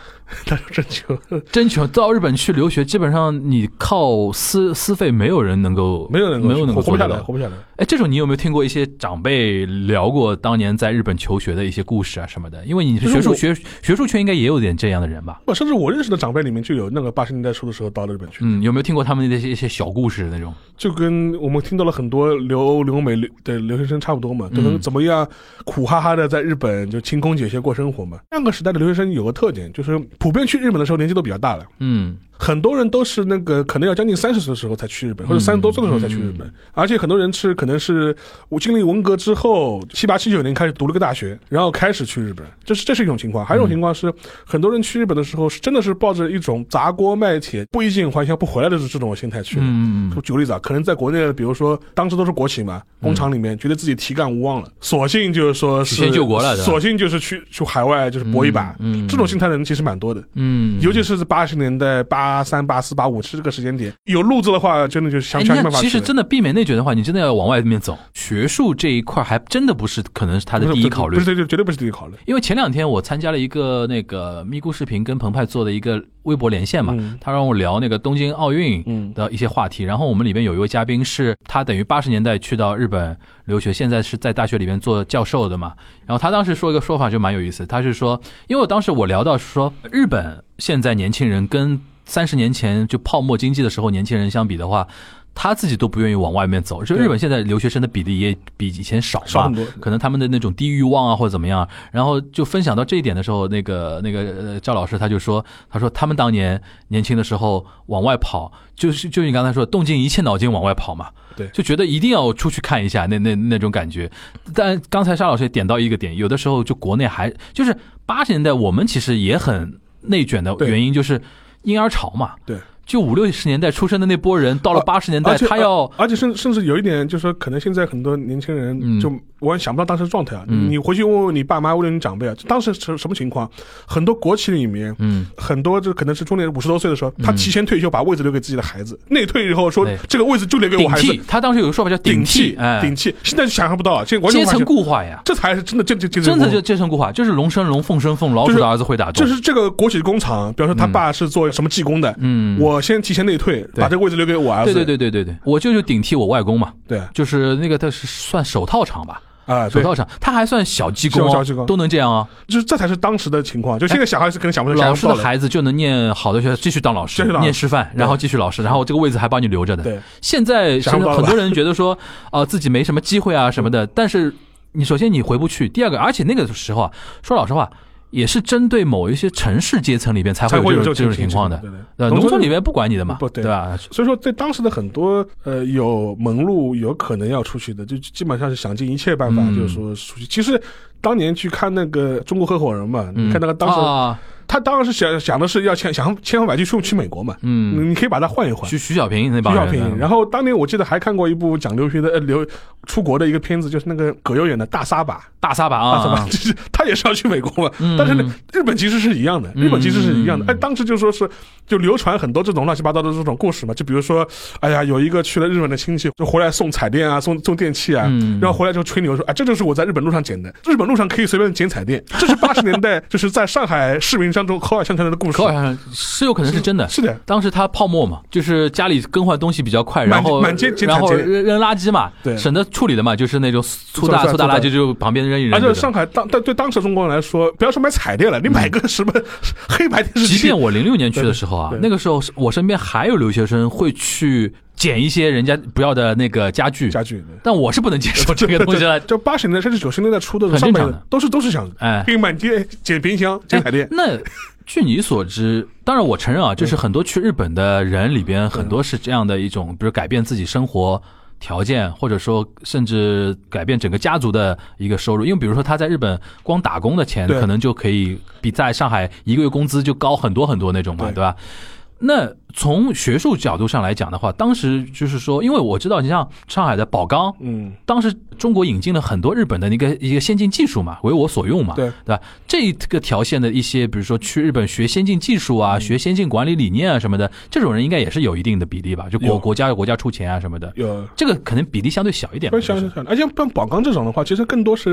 [SPEAKER 2] 那时候真球
[SPEAKER 3] 真穷！到日本去留学，基本上你靠私私费，没有人能够，
[SPEAKER 2] 没有人
[SPEAKER 3] 没有能够
[SPEAKER 2] 活活不
[SPEAKER 3] 做
[SPEAKER 2] 下
[SPEAKER 3] 得
[SPEAKER 2] 来，
[SPEAKER 3] 到
[SPEAKER 2] 活。不下来。
[SPEAKER 3] 哎，这种你有没有听过一些长辈聊过当年在日本求学的一些故事啊什么的？因为你
[SPEAKER 2] 就是
[SPEAKER 3] 学术
[SPEAKER 2] 我
[SPEAKER 3] 学学术圈应该也有点这样的人吧？
[SPEAKER 2] 不，甚至我认识的长辈里面就有那个八十年代初的时候到了日本去的。
[SPEAKER 3] 嗯，有没有听过他们的一些一些小故事那种？
[SPEAKER 2] 就跟我们听到了很多留欧留美的留学生差不多嘛，就
[SPEAKER 3] 嗯
[SPEAKER 2] 能怎么样苦哈哈的在日本就勤工俭学过生活嘛。那个时代的留学生有个特点，就是普遍去日本的时候年纪都比较大了，
[SPEAKER 3] 嗯，
[SPEAKER 2] 很多人都是那个可能要将近三十岁的时候才去
[SPEAKER 3] 嗯
[SPEAKER 2] 日本，或者三十多岁的时候才去日本，而且很多人是可能是我经历文革之后七八七九年开始读了个大学，然后开始去日本，这是这是一种情况。还有一
[SPEAKER 3] 嗯
[SPEAKER 2] 种情况是，很多人去日本的时候是真的是抱着一种砸锅卖铁、不衣锦还乡不回来的这种心态去的。
[SPEAKER 3] 嗯嗯
[SPEAKER 2] 我举个例子啊，可能在国内，比如说当时都是国企嘛，工厂里面觉得自己体感无望了，索性就是说
[SPEAKER 3] 曲
[SPEAKER 2] 是
[SPEAKER 3] 线救国了对吧
[SPEAKER 2] 索性就是去去海外就是搏一把，
[SPEAKER 3] 嗯嗯
[SPEAKER 2] 这种心态的人其实蛮多的，
[SPEAKER 3] 嗯，
[SPEAKER 2] 尤其是八十年代八八三、八四、八五是这个时间点，有路子的话，真的就想
[SPEAKER 3] 哎，
[SPEAKER 2] 想尽
[SPEAKER 3] 那
[SPEAKER 2] 办法去。
[SPEAKER 3] 其实真的避免内卷的话，你真的要往外面走。学术这一块还真的不是可能是他
[SPEAKER 2] 不
[SPEAKER 3] 的
[SPEAKER 2] 是
[SPEAKER 3] 第一考虑
[SPEAKER 2] 不是，对对，绝对不是第一考虑。
[SPEAKER 3] 因为前两天我参加了一个那个咪咕视频跟澎湃做的一个微博连线嘛，
[SPEAKER 2] 嗯
[SPEAKER 3] 他让我聊那个东京奥运
[SPEAKER 2] 嗯
[SPEAKER 3] 的一些话题。然后我们里边有一位嘉宾是他等于八十年代去到日本留学，现在是在大学里边做教授的嘛。然后他当时说一个说法就蛮有意思，他是说，因为我当时我聊到说日本现在年轻人跟三十年前就泡沫经济的时候年轻人相比的话。他自己都不愿意往外面走，就
[SPEAKER 2] 对
[SPEAKER 3] 日本现在留学生的比例也比以前少嘛，
[SPEAKER 2] 少很多
[SPEAKER 3] 可能他们的那种低欲望啊，或者怎么样，然后就分享到这一点的时候，那个那个呃赵老师他就说，他说他们当年年轻的时候往外跑，就是就你刚才说，动尽一切脑筋往外跑嘛，
[SPEAKER 2] 对
[SPEAKER 3] 就觉得一定要出去看一下，那那那种感觉。但刚才沙老师也点到一个点，有的时候就国内还就是八十年代，我们其实也很内卷的
[SPEAKER 2] 对
[SPEAKER 3] 原因就是婴儿潮嘛，
[SPEAKER 2] 对。
[SPEAKER 3] 就五六十年代出生的那波人，到了
[SPEAKER 2] 啊
[SPEAKER 3] 八十年代，
[SPEAKER 2] 而且呃
[SPEAKER 3] 他要
[SPEAKER 2] 而且甚甚至有一点，就是说，可能现在很多年轻人
[SPEAKER 3] 嗯
[SPEAKER 2] 就我也想不到当时的状态啊。
[SPEAKER 3] 嗯
[SPEAKER 2] 你回去问问你爸妈，问问你长辈啊，当时什什么情况？很多国企里面，
[SPEAKER 3] 嗯，
[SPEAKER 2] 很多就可能是中年五十多岁的时候，他
[SPEAKER 3] 嗯
[SPEAKER 2] 提前退休，把位置留给自己的孩子，内退以后说
[SPEAKER 3] 对
[SPEAKER 2] 这个位置就留给我
[SPEAKER 3] 顶
[SPEAKER 2] 孩子
[SPEAKER 3] 替，。他当时有个说法叫
[SPEAKER 2] 顶
[SPEAKER 3] 替，哎，
[SPEAKER 2] 顶替，现在想象不到啊！现在完全
[SPEAKER 3] 阶
[SPEAKER 2] 无法
[SPEAKER 3] 层
[SPEAKER 2] 想，
[SPEAKER 3] 固化呀，
[SPEAKER 2] 这才是真的，这这这
[SPEAKER 3] 真的就阶层固化，就是龙生龙，凤生凤，老
[SPEAKER 2] 就
[SPEAKER 3] 鼠
[SPEAKER 2] 是
[SPEAKER 3] 的儿子会打洞
[SPEAKER 2] 就。是这个国企工厂，比方说他爸是做什么技工的，
[SPEAKER 3] 嗯，
[SPEAKER 2] 我先提前内退，把这个位置留给我儿
[SPEAKER 3] 对
[SPEAKER 2] 子。
[SPEAKER 3] 对对对对对，我舅舅顶替我外公嘛，
[SPEAKER 2] 对
[SPEAKER 3] 就是那个他是算手套厂吧，
[SPEAKER 2] 啊，
[SPEAKER 3] 手
[SPEAKER 2] 对，
[SPEAKER 3] 套厂，他还算小技工、哦，
[SPEAKER 2] 小小技工
[SPEAKER 3] 都能这样啊。
[SPEAKER 2] 就是这才是当时的情况，就现在小孩子可能想不到，
[SPEAKER 3] 老师
[SPEAKER 2] 想不到
[SPEAKER 3] 的
[SPEAKER 2] 了
[SPEAKER 3] 孩子就能念好的学校，继续当老师
[SPEAKER 2] 继续，当
[SPEAKER 3] 念师范，
[SPEAKER 2] 对
[SPEAKER 3] 然后继续老师，然后这个位置还帮你留着的。
[SPEAKER 2] 对，
[SPEAKER 3] 现在是
[SPEAKER 2] 想不到吧
[SPEAKER 3] 很多人觉得说，啊，自己没什么机会啊什么的，但是你首先你回不去，第二个，而且那个时候啊，说老实话。也是针对某一些城市阶层里边才
[SPEAKER 2] 才
[SPEAKER 3] 会
[SPEAKER 2] 会
[SPEAKER 3] 有
[SPEAKER 2] 有
[SPEAKER 3] 这种这种情况的，
[SPEAKER 2] 对对
[SPEAKER 3] 呃，
[SPEAKER 2] 农
[SPEAKER 3] 农
[SPEAKER 2] 村
[SPEAKER 3] 村
[SPEAKER 2] 里
[SPEAKER 3] 里面不管你的嘛，
[SPEAKER 2] 不对
[SPEAKER 3] 对吧？
[SPEAKER 2] 所以说，在当时的很多呃有门路、有可能要出去的，就基本上是想尽一切办法，
[SPEAKER 3] 嗯
[SPEAKER 2] 就是说出去。其实当年去看那个《中国合伙人》嘛，
[SPEAKER 3] 嗯
[SPEAKER 2] 你看那个当时、
[SPEAKER 3] 啊，
[SPEAKER 2] 他当然是想想的是要千想千方百计去去美国嘛，
[SPEAKER 3] 嗯，
[SPEAKER 2] 你可以把它换一换。
[SPEAKER 3] 徐徐小平那帮
[SPEAKER 2] 徐
[SPEAKER 3] 人
[SPEAKER 2] 小，平，
[SPEAKER 3] 嗯
[SPEAKER 2] 然后当年我记得还看过一部讲留学的呃留出国的一个片子，就是那个葛优演的《大撒把》，
[SPEAKER 3] 大撒把
[SPEAKER 2] 大撒把
[SPEAKER 3] 啊，
[SPEAKER 2] 就是他也是要去美国嘛，
[SPEAKER 3] 嗯
[SPEAKER 2] 但是呢，日本其实是一样的，日本其实是一样的。
[SPEAKER 3] 嗯
[SPEAKER 2] 哎，当时就说是就流传很多这种乱七八糟的这种故事嘛，就比如说，哎呀，有一个去了日本的亲戚，就回来送彩电啊，送送电器啊，
[SPEAKER 3] 嗯
[SPEAKER 2] 然后回来就吹牛说，哎，这就是我在日本路上捡的，日本路上可以随便捡彩电，这是八十年代 就是在上海市民当中口耳相传的故事
[SPEAKER 3] 可。好像是有可能是真的，
[SPEAKER 2] 是的，
[SPEAKER 3] 当时他泡沫嘛，就是家里更换东西比较快，
[SPEAKER 2] 满
[SPEAKER 3] 然后
[SPEAKER 2] 满街街
[SPEAKER 3] 然后
[SPEAKER 2] 满街
[SPEAKER 3] 扔扔垃圾嘛，
[SPEAKER 2] 对
[SPEAKER 3] 省得处理的嘛，就是那种粗大
[SPEAKER 2] 算
[SPEAKER 3] 粗大
[SPEAKER 2] 算
[SPEAKER 3] 垃圾就旁边扔一
[SPEAKER 2] 而
[SPEAKER 3] 扔
[SPEAKER 2] 且
[SPEAKER 3] 这
[SPEAKER 2] 上
[SPEAKER 3] 种。
[SPEAKER 2] 海当对对当时中国人来说，不要说买彩电了，你买个什么黑白电视
[SPEAKER 3] 即
[SPEAKER 2] 机
[SPEAKER 3] 便，我零六年去的时候啊
[SPEAKER 2] 对，对
[SPEAKER 3] 那个时候是我身边还有留学生会去捡一些人家不要的那个家具，
[SPEAKER 2] 家具。对
[SPEAKER 3] 但我是不能接 受这个东西的。
[SPEAKER 2] 就八十年代甚至九十年代初的
[SPEAKER 3] 很
[SPEAKER 2] 上
[SPEAKER 3] 正
[SPEAKER 2] 半
[SPEAKER 3] 常
[SPEAKER 2] 年
[SPEAKER 3] 的
[SPEAKER 2] 都是都是这样的，
[SPEAKER 3] 哎，
[SPEAKER 2] 可以满街捡冰箱、捡彩电
[SPEAKER 3] 哎。那据你所知，当然我承认啊，就是很多去日本的人里边，很多是这样的一种，比如改变自己生活。条件，或者说甚至改变整个家族的一个收入，因为比如说他在日本光打工的钱，
[SPEAKER 2] 对
[SPEAKER 3] 可能就可以比在上海一个月工资就高很多很多那种嘛，
[SPEAKER 2] 对
[SPEAKER 3] 对吧？那从学术角度上来讲的话，当时就是说，因为我知道你像上海的宝钢，
[SPEAKER 2] 嗯，
[SPEAKER 3] 当时中国引进了很多日本的那个一个先进技术嘛，为我所用嘛，
[SPEAKER 2] 对
[SPEAKER 3] 吧？这个条线的一些，比如说去日本学先进技术
[SPEAKER 2] 嗯
[SPEAKER 3] 啊、学先进管理理念啊什么的，这种人应该也是有一定的比例吧？就
[SPEAKER 2] 有
[SPEAKER 3] 国国家国家出钱啊什么的，
[SPEAKER 2] 有。
[SPEAKER 3] 这个可能比例相对小一点吧。
[SPEAKER 2] 不是想
[SPEAKER 3] 就
[SPEAKER 2] 想
[SPEAKER 3] 哎是
[SPEAKER 2] 想，而且像宝钢这种的话，其实更多是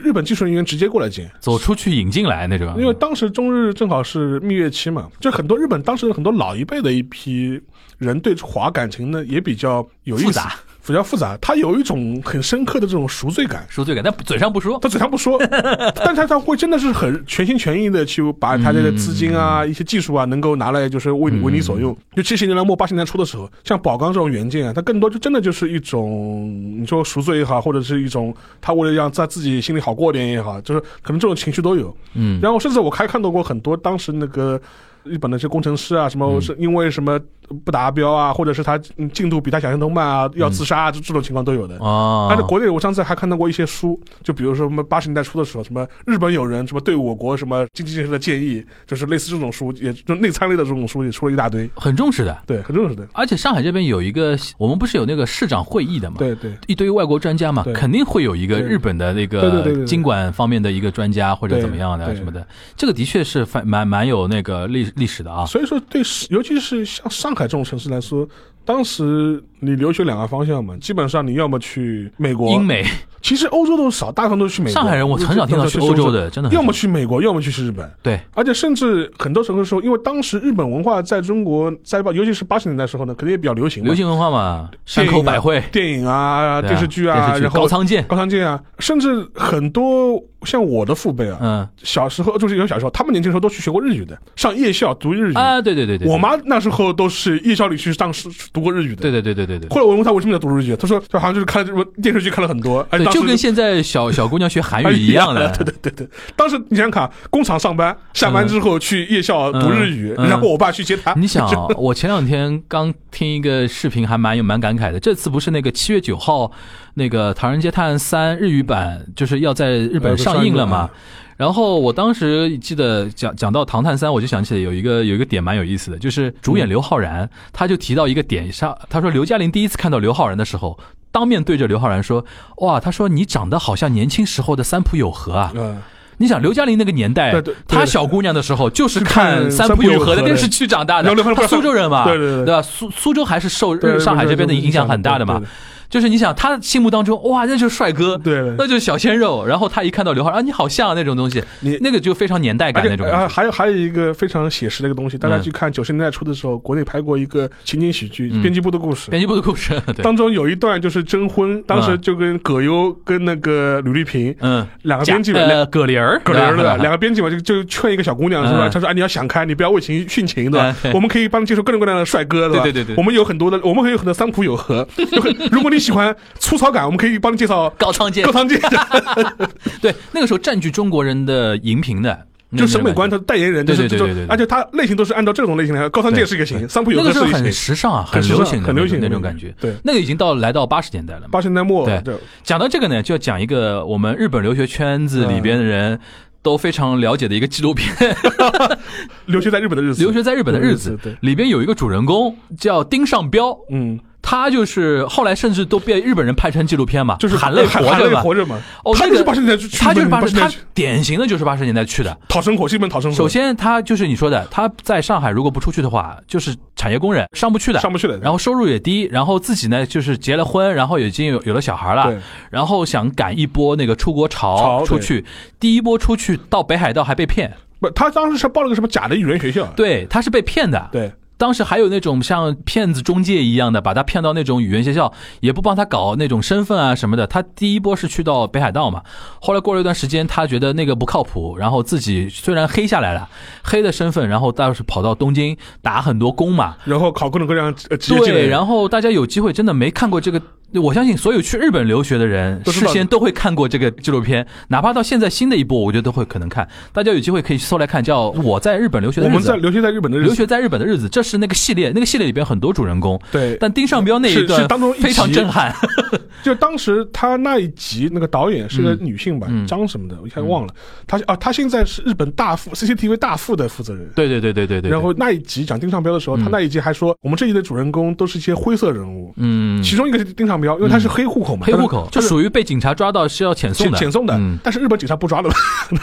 [SPEAKER 2] 日本技术人员直接过来捡，
[SPEAKER 3] 走出去引进来那种，
[SPEAKER 2] 因为当时中日正好是蜜月期嘛，就很多日本当时的很多老一辈的一批人对华感情呢也比较有意思
[SPEAKER 3] 复杂，
[SPEAKER 2] 比较复杂，他有一种很深刻的这种赎罪感。
[SPEAKER 3] 赎罪感，但嘴上不说。
[SPEAKER 2] 他嘴上不 说，但他他会真的是很全心全意的去把他这个资金
[SPEAKER 3] 嗯
[SPEAKER 2] 啊、一些技术啊，能够拿来就是为你为你所用。就七十年代末八十年代初的时候，像宝钢这种原件啊，它更多就真的就是一种你说赎罪也好，或者是一种他为了让在自己心里好过点也好，就是可能这种情绪都有。
[SPEAKER 3] 嗯，
[SPEAKER 2] 然后甚至我还看到过很多当时那个。日本的这些工程师啊，什
[SPEAKER 3] 嗯
[SPEAKER 2] 么是因为什么不达标啊，或者是他嗯进度比他想象中慢啊，要
[SPEAKER 3] 嗯
[SPEAKER 2] 自杀啊，这这种情况都有的。
[SPEAKER 3] 啊，
[SPEAKER 2] 但是国内我上次还看到过一些书，就比如说什么八十年代初的时候，什么日本友人什么对我国什么经济建设的建议，就是类似这种书，也就内参类的这种书也出了一大堆，
[SPEAKER 3] 很重视的。
[SPEAKER 2] 对，很重视的，
[SPEAKER 3] 而且上海这边有一个，我们不是有那个市长会议的嘛？
[SPEAKER 2] 对对。
[SPEAKER 3] 一堆外国专家嘛
[SPEAKER 2] 对，
[SPEAKER 3] 肯定会有一个
[SPEAKER 2] 对
[SPEAKER 3] 日本的
[SPEAKER 2] 对
[SPEAKER 3] 那
[SPEAKER 2] 对对对
[SPEAKER 3] 个
[SPEAKER 2] 对
[SPEAKER 3] 经管方面的一个专家或者
[SPEAKER 2] 对
[SPEAKER 3] 怎么样的
[SPEAKER 2] 对
[SPEAKER 3] 什么的，这个的确是反蛮蛮有那个历历史的啊，
[SPEAKER 2] 所以说对，尤其是像上海这种城市来说，当时你留学两个方向嘛，基本上你要么去美国，
[SPEAKER 3] 英美
[SPEAKER 2] 其实欧洲都少，大部分都是去美国。
[SPEAKER 3] 上海人我很少听到去欧洲的，真的很少
[SPEAKER 2] 要么去美国，要么去日本。
[SPEAKER 3] 对
[SPEAKER 2] 而且甚至很多时候时候，因为当时日本文化在中国，在尤其是八十年代时候呢，肯定也比较流行嘛。
[SPEAKER 3] 流行文化嘛，山
[SPEAKER 2] 电
[SPEAKER 3] 口
[SPEAKER 2] 影啊
[SPEAKER 3] 百惠、
[SPEAKER 2] 电影啊、
[SPEAKER 3] 对啊
[SPEAKER 2] 电视剧
[SPEAKER 3] 电
[SPEAKER 2] 啊，
[SPEAKER 3] 视
[SPEAKER 2] 然
[SPEAKER 3] 高
[SPEAKER 2] 后
[SPEAKER 3] 仓健，
[SPEAKER 2] 高仓健啊，甚至很多像我的父辈啊，
[SPEAKER 3] 嗯
[SPEAKER 2] 小时候就是有小时候，他们年轻时候都去学过日语的，上夜校读日语。
[SPEAKER 3] 啊，对对对对，
[SPEAKER 2] 嗯我妈那时候都是夜校里去上是读过日语的。
[SPEAKER 3] 对对对对对对。
[SPEAKER 2] 后来我问她为什么要读日语，她说就好像就是看了什么电视剧看了很多，而且
[SPEAKER 3] 对，
[SPEAKER 2] 哎当时哎
[SPEAKER 3] 就跟现在小小姑娘学韩语一样的，
[SPEAKER 2] 对对对对。当时你想想看，工厂上班，下班之后去夜校读日语，
[SPEAKER 3] 嗯嗯
[SPEAKER 2] 然后我爸去接她。
[SPEAKER 3] 你想啊，我前两天刚听一个视频，还蛮有蛮感慨的。这次不是那个七月九号，那个《唐人街探案三》日语版就是要在日本呃上映了啊嘛？然后我当时记得讲讲到《唐探三》，我就想起来有一个有一个点蛮有意思的，就是主演刘昊然，他就提到一个点上，他说刘嘉玲第一次看到刘昊然的时候，当面对着刘昊然说：“哇，他说你长得好像年轻时候的三浦友和啊。”
[SPEAKER 2] 嗯，
[SPEAKER 3] 你想刘嘉玲那个年代
[SPEAKER 2] 对对，对
[SPEAKER 3] 她小姑娘的时候就是看
[SPEAKER 2] 看
[SPEAKER 3] 三
[SPEAKER 2] 三浦
[SPEAKER 3] 浦
[SPEAKER 2] 友
[SPEAKER 3] 友和
[SPEAKER 2] 和
[SPEAKER 3] 的
[SPEAKER 2] 的
[SPEAKER 3] 电视剧长大的
[SPEAKER 2] 刘刘刘，
[SPEAKER 3] 她苏州人嘛，
[SPEAKER 2] 对对对对
[SPEAKER 3] 吧？苏苏州还是受
[SPEAKER 2] 对
[SPEAKER 3] 日上海这边的影响很大的嘛
[SPEAKER 2] 对。
[SPEAKER 3] 就是你想，她心目当中哇，那就是帅哥，
[SPEAKER 2] 对对
[SPEAKER 3] 那就是小鲜肉。然后她一看到刘昊然，啊，你好像啊那种东西，
[SPEAKER 2] 你
[SPEAKER 3] 那个就非常年代
[SPEAKER 2] 而
[SPEAKER 3] 感
[SPEAKER 2] 且
[SPEAKER 3] 那种感
[SPEAKER 2] 啊，
[SPEAKER 3] 觉。嗯
[SPEAKER 2] 还有还有一个非常写实的一个东西，大家去看九十年代初的时候，国内拍过一个情景喜剧《编辑部的故事》
[SPEAKER 3] 编辑部的故嗯事，对，
[SPEAKER 2] 当中有一段就是征婚，当时就跟葛优跟那个吕丽萍
[SPEAKER 3] 嗯，
[SPEAKER 2] 两个
[SPEAKER 3] 贾
[SPEAKER 2] 编辑们。
[SPEAKER 3] 呃葛玲儿，
[SPEAKER 2] 葛玲儿
[SPEAKER 3] 对吧啊
[SPEAKER 2] 的两个编辑嘛，就就劝一个小姑娘是吧？
[SPEAKER 3] 嗯
[SPEAKER 2] 她说：“啊，你要想开，你不要为情殉情，对吧
[SPEAKER 3] 嗯？对
[SPEAKER 2] 我们可以帮你接受各种各样的帅哥，吧？
[SPEAKER 3] 对对对对对
[SPEAKER 2] 我们有很多的，我们可以有很多三浦友和。有很如果你喜欢粗糙感，我们可以帮你介绍
[SPEAKER 3] 高仓健
[SPEAKER 2] 高，仓健，
[SPEAKER 3] 对，那个时候占据中国人的荧屏的，那
[SPEAKER 2] 就
[SPEAKER 3] 种
[SPEAKER 2] 审美观，
[SPEAKER 3] 感觉。
[SPEAKER 2] 他代言人，就是
[SPEAKER 3] 对对对
[SPEAKER 2] 就
[SPEAKER 3] 对对对
[SPEAKER 2] 而且他类型都是按照这种类型来，高仓健是一个型，三浦友
[SPEAKER 3] 那
[SPEAKER 2] 和
[SPEAKER 3] 个时
[SPEAKER 2] 是
[SPEAKER 3] 候
[SPEAKER 2] 一
[SPEAKER 3] 很
[SPEAKER 2] 型，
[SPEAKER 3] 时尚啊，
[SPEAKER 2] 很时尚
[SPEAKER 3] 流行的
[SPEAKER 2] 很流行
[SPEAKER 3] 那
[SPEAKER 2] 的
[SPEAKER 3] 种
[SPEAKER 2] 那
[SPEAKER 3] 感
[SPEAKER 2] 种
[SPEAKER 3] 觉。
[SPEAKER 2] 对
[SPEAKER 3] 那个已经到来到八十年代了嘛。
[SPEAKER 2] 八十年代末，
[SPEAKER 3] 对
[SPEAKER 2] 对，
[SPEAKER 3] 讲到这个呢，就要讲一个我们日本留学圈子里边的人都非常了解的一个纪录 片《
[SPEAKER 2] 留学在日本的日子，
[SPEAKER 3] 留学在日本的日子
[SPEAKER 2] 日子》，
[SPEAKER 3] 里边有一个主人公叫丁尚彪。
[SPEAKER 2] 嗯，
[SPEAKER 3] 他就是后来甚至都被日本人拍成纪录片嘛，
[SPEAKER 2] 就是哎
[SPEAKER 3] 含泪
[SPEAKER 2] 含
[SPEAKER 3] 活
[SPEAKER 2] 含
[SPEAKER 3] 着
[SPEAKER 2] 泪
[SPEAKER 3] 嘛。
[SPEAKER 2] 活着嘛，
[SPEAKER 3] 哦，
[SPEAKER 2] 他
[SPEAKER 3] 那
[SPEAKER 2] 就
[SPEAKER 3] 个
[SPEAKER 2] 是八十年代去，
[SPEAKER 3] 他就是八
[SPEAKER 2] 八
[SPEAKER 3] 十，
[SPEAKER 2] 十年
[SPEAKER 3] 他
[SPEAKER 2] 代去
[SPEAKER 3] 典型的就是八十年代去的。
[SPEAKER 2] 讨生活，是一本讨生活，
[SPEAKER 3] 首先，他就是你说的，他在上海如果不出去的话，就是产业工人，上不去的。
[SPEAKER 2] 上不去的，
[SPEAKER 3] 然后收入也低，然后自己呢就是结了婚，然后已经有有了小孩了
[SPEAKER 2] 对，
[SPEAKER 3] 然后想赶一波那个出国潮
[SPEAKER 2] 潮
[SPEAKER 3] 出去，第一波出去到北海道还被骗，
[SPEAKER 2] 不，他当时是报了个什么假的语言学校，
[SPEAKER 3] 对，他是被骗的。
[SPEAKER 2] 对
[SPEAKER 3] 当时还有那种像骗子中介一样的，把他骗到那种语言学校，也不帮他搞那种身份啊什么的。他第一波是去到北海道嘛，后来过了一段时间，他觉得那个不靠谱，然后自己虽然黑下来了，黑的身份，然后倒是跑到东京打很多工嘛，
[SPEAKER 2] 然后考各种各样呃职业技
[SPEAKER 3] 对，
[SPEAKER 2] 能，
[SPEAKER 3] 然后大家有机会真的没看过这个，我相信所有去日本留学的人
[SPEAKER 2] 都知
[SPEAKER 3] 事
[SPEAKER 2] 道
[SPEAKER 3] 先都会看过这个纪录片，哪怕到现在新的一部，我觉得都会可能看。大家有机会可以去搜来看，叫《我在日本留学的
[SPEAKER 2] 我
[SPEAKER 3] 日
[SPEAKER 2] 们
[SPEAKER 3] 子
[SPEAKER 2] 在》。留学在日本的日
[SPEAKER 3] 留
[SPEAKER 2] 子，
[SPEAKER 3] 学在日本的日子，这是那个系列，那个系列里边很多主人公，
[SPEAKER 2] 对，
[SPEAKER 3] 但丁尚彪那一
[SPEAKER 2] 是
[SPEAKER 3] 段
[SPEAKER 2] 是当中一集
[SPEAKER 3] 非常 震撼。
[SPEAKER 2] 就当时他那一集那个导演是个女性吧，
[SPEAKER 3] 嗯嗯
[SPEAKER 2] 张什么的，我一下忘了，他啊，他现在是日本大副 CCTV 大副的负责人。
[SPEAKER 3] 对对对对对对。
[SPEAKER 2] 然后那一集讲丁尚彪的时候，他那一集还说，我们这一集的主人公都是一些灰色人物，
[SPEAKER 3] 嗯，
[SPEAKER 2] 其中一个是丁尚彪，因为他是黑户口嘛，
[SPEAKER 3] 黑户口
[SPEAKER 2] 他
[SPEAKER 3] 就是属于被警察抓到是要遣
[SPEAKER 2] 遣
[SPEAKER 3] 送的，
[SPEAKER 2] 遣送的
[SPEAKER 3] 嗯，
[SPEAKER 2] 但是日本警察不抓的，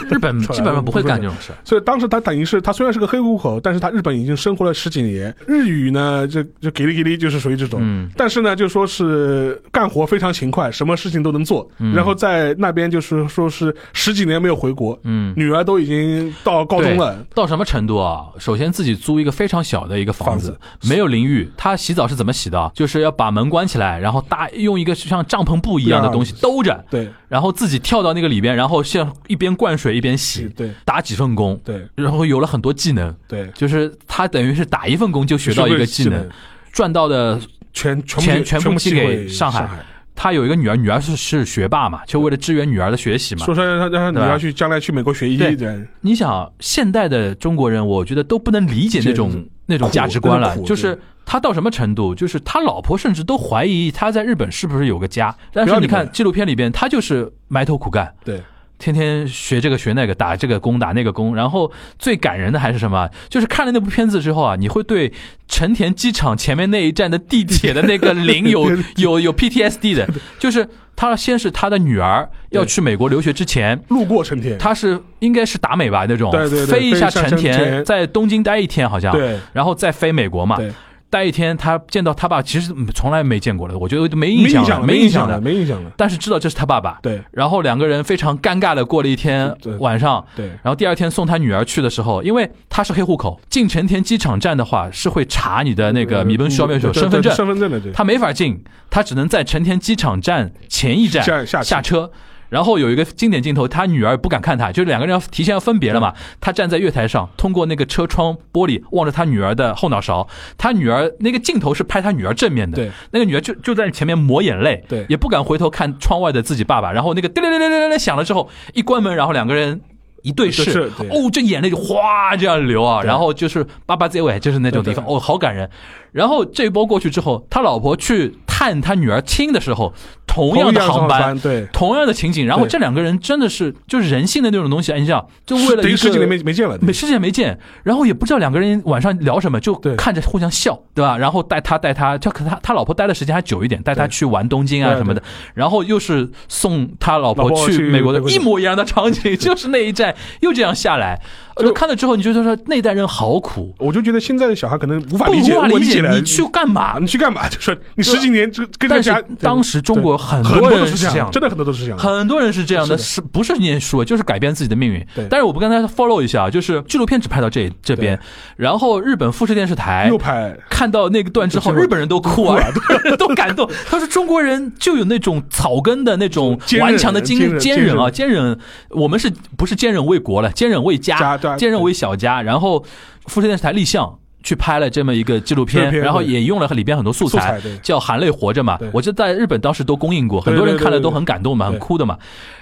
[SPEAKER 3] 日本基本上不会干这种事。
[SPEAKER 2] 所以当时他等于是他虽然是个黑户口，但是他日本已经生活了十几年，日语呢就就给力给力就是属于这种，
[SPEAKER 3] 嗯
[SPEAKER 2] 但是呢就说是干活非常勤快，什么事情都能做，
[SPEAKER 3] 嗯
[SPEAKER 2] 然后在那边就是说是十几年没有回国，
[SPEAKER 3] 嗯，
[SPEAKER 2] 女儿都已经到高中了
[SPEAKER 3] 对，到什么程度啊？首先自己租一个非常小的一个房子
[SPEAKER 2] 房，
[SPEAKER 3] 没有淋浴，他洗澡是怎么洗的啊？就是要把门关起来，然后搭用一个像帐篷布一样的东西兜着，
[SPEAKER 2] 对
[SPEAKER 3] 然后自己跳到那个里边，然后像一边灌水一边洗，
[SPEAKER 2] 对
[SPEAKER 3] 打几份工，
[SPEAKER 2] 对
[SPEAKER 3] 然后有了很多技能，
[SPEAKER 2] 对，
[SPEAKER 3] 就是他等于是打一份工就学到一个技
[SPEAKER 2] 学会
[SPEAKER 3] 能
[SPEAKER 2] 了技，
[SPEAKER 3] 赚到的。
[SPEAKER 2] 全全部
[SPEAKER 3] 钱全
[SPEAKER 2] 全
[SPEAKER 3] 部寄
[SPEAKER 2] 寄
[SPEAKER 3] 给
[SPEAKER 2] 回
[SPEAKER 3] 上
[SPEAKER 2] 上
[SPEAKER 3] 海他有一个女儿，女儿是是学霸嘛，就为了支援女儿的学习嘛。
[SPEAKER 2] 说说让他让他
[SPEAKER 3] 对吧
[SPEAKER 2] 女儿去将来去美国学医
[SPEAKER 3] 对
[SPEAKER 2] 的，
[SPEAKER 3] 你想，现代的中国人，我觉得都不能理解那种那种价值观
[SPEAKER 2] 那
[SPEAKER 3] 了
[SPEAKER 2] 种，苦
[SPEAKER 3] 就是
[SPEAKER 2] 对。
[SPEAKER 3] 他到什么程度？就是他老婆甚至都怀疑他在日本是不是有个家。但
[SPEAKER 2] 不
[SPEAKER 3] 是
[SPEAKER 2] 要
[SPEAKER 3] 你
[SPEAKER 2] 理
[SPEAKER 3] 看
[SPEAKER 2] 他
[SPEAKER 3] 纪录片里边，他就是埋头苦干，
[SPEAKER 2] 对
[SPEAKER 3] 天天学这个学那个，打这个工打那个工，然后最感人的还是什么？就是看了那部片子之后啊，你会对成田机场前面那一站的地铁的那个铃 有有有 PTSD 的，就是他先是他的女儿要去美国留学之前。
[SPEAKER 2] 路过成田，
[SPEAKER 3] 他是应该是达美吧那种，
[SPEAKER 2] 对对对
[SPEAKER 3] 飞一下
[SPEAKER 2] 飞一下
[SPEAKER 3] 成
[SPEAKER 2] 成
[SPEAKER 3] 田，
[SPEAKER 2] 田
[SPEAKER 3] 在东京待一天好像，
[SPEAKER 2] 对
[SPEAKER 3] 然后再飞美国嘛，
[SPEAKER 2] 对，
[SPEAKER 3] 待一天，他见到他爸其实嗯从来没见过的，我觉得没
[SPEAKER 2] 没
[SPEAKER 3] 印象
[SPEAKER 2] 印
[SPEAKER 3] 了，
[SPEAKER 2] 象了，
[SPEAKER 3] 没
[SPEAKER 2] 没
[SPEAKER 3] 印
[SPEAKER 2] 印
[SPEAKER 3] 象
[SPEAKER 2] 象
[SPEAKER 3] 的
[SPEAKER 2] 了，，没印象了，
[SPEAKER 3] 但是知道这是他爸爸。
[SPEAKER 2] 对
[SPEAKER 3] 然后两个人非常尴尬的过了一天
[SPEAKER 2] 对
[SPEAKER 3] 晚上，
[SPEAKER 2] 对
[SPEAKER 3] 然后第二天送他女儿去的时候，因为他是黑户口，进成田机场站的话是会查你的那个米本消灭手
[SPEAKER 2] 嗯对对
[SPEAKER 3] 身份证，
[SPEAKER 2] 身份证的对，
[SPEAKER 3] 他没法进，他只能在成田机场站前一站
[SPEAKER 2] 下下
[SPEAKER 3] 下车。然后有一个经典镜头，他女儿不敢看他，就是两个人要提前要分别了嘛。他站在月台上，通过那个车窗玻璃望着他女儿的后脑勺。他女儿那个镜头是拍他女儿正面的，
[SPEAKER 2] 对，
[SPEAKER 3] 那个女儿就就在前面抹眼泪，
[SPEAKER 2] 对
[SPEAKER 3] 也不敢回头看窗外的自己爸爸。然后那个叮铃铃铃铃铃响了之后，一关门，然后两个人。一对视，
[SPEAKER 2] 对是对
[SPEAKER 3] 哦，这眼泪就哗这样流啊，
[SPEAKER 2] 对
[SPEAKER 3] 然后就是爸爸这位，就是那种地方，
[SPEAKER 2] 对
[SPEAKER 3] 哦，好感人。然后这一波过去之后，他老婆去探他女儿亲的时候，同样的航班，
[SPEAKER 2] 对，
[SPEAKER 3] 同样的情景，然后
[SPEAKER 2] 对
[SPEAKER 3] 这两个人真的是就是人性的那种东西，哎你想，就为了
[SPEAKER 2] 等
[SPEAKER 3] 一
[SPEAKER 2] 于十几年没
[SPEAKER 3] 个。
[SPEAKER 2] 没见了，对
[SPEAKER 3] 没世界没见，然后也不知道两个人晚上聊什么，就
[SPEAKER 2] 对
[SPEAKER 3] 看着互相笑，对吧？然后带他带他，就可他他老婆待的时间还久一点，带他
[SPEAKER 2] 对
[SPEAKER 3] 去玩东京啊
[SPEAKER 2] 对
[SPEAKER 3] 什么的，然后又是送他老
[SPEAKER 2] 老
[SPEAKER 3] 婆
[SPEAKER 2] 婆去
[SPEAKER 3] 去美国的
[SPEAKER 2] 美国
[SPEAKER 3] 一模一样的场 景，就是那一站又这样下来，呃，
[SPEAKER 2] 就
[SPEAKER 3] 看了之后你就觉得说那代人好苦，
[SPEAKER 2] 我就觉得现在的小孩可能无法
[SPEAKER 3] 不
[SPEAKER 2] 理解，
[SPEAKER 3] 无法
[SPEAKER 2] 我
[SPEAKER 3] 理解
[SPEAKER 2] 了
[SPEAKER 3] 你去干嘛
[SPEAKER 2] 啊，？你去干嘛？ 就说你十几年就跟着
[SPEAKER 3] 但是
[SPEAKER 2] 家，
[SPEAKER 3] 当时中国很
[SPEAKER 2] 对很多
[SPEAKER 3] 人
[SPEAKER 2] 都是
[SPEAKER 3] 这
[SPEAKER 2] 这
[SPEAKER 3] 样
[SPEAKER 2] 样，真的很多都是这样，
[SPEAKER 3] 很多人是这样的，是不是念书就是改变自己的命运
[SPEAKER 2] 对？
[SPEAKER 3] 但是我不跟大家 follow 一下啊，就是纪录片只拍到这这边，然后日本富士电视台
[SPEAKER 2] 右派
[SPEAKER 3] 看到那个段之后，
[SPEAKER 2] 这个
[SPEAKER 3] 日本人都哭啊， 都感动。他说中国人就有那种草根的那种
[SPEAKER 2] 坚韧
[SPEAKER 3] 顽强的精
[SPEAKER 2] 坚韧
[SPEAKER 3] 坚韧啊，坚韧。我们是不是坚韧为国了？坚韧为
[SPEAKER 2] 家对
[SPEAKER 3] 家，坚韧为小家。然后富士电视台立项。去拍了这么一个纪录
[SPEAKER 2] 纪录
[SPEAKER 3] 片，
[SPEAKER 2] 片
[SPEAKER 3] 然后
[SPEAKER 2] 对
[SPEAKER 3] 也用了里边很多素
[SPEAKER 2] 素
[SPEAKER 3] 材
[SPEAKER 2] 材对，
[SPEAKER 3] 叫《含泪活着》嘛
[SPEAKER 2] 对。
[SPEAKER 3] 我记得在日本当时都公映过，很多人看了都很感动嘛，
[SPEAKER 2] 对对
[SPEAKER 3] 很
[SPEAKER 2] 对对
[SPEAKER 3] 哭的嘛。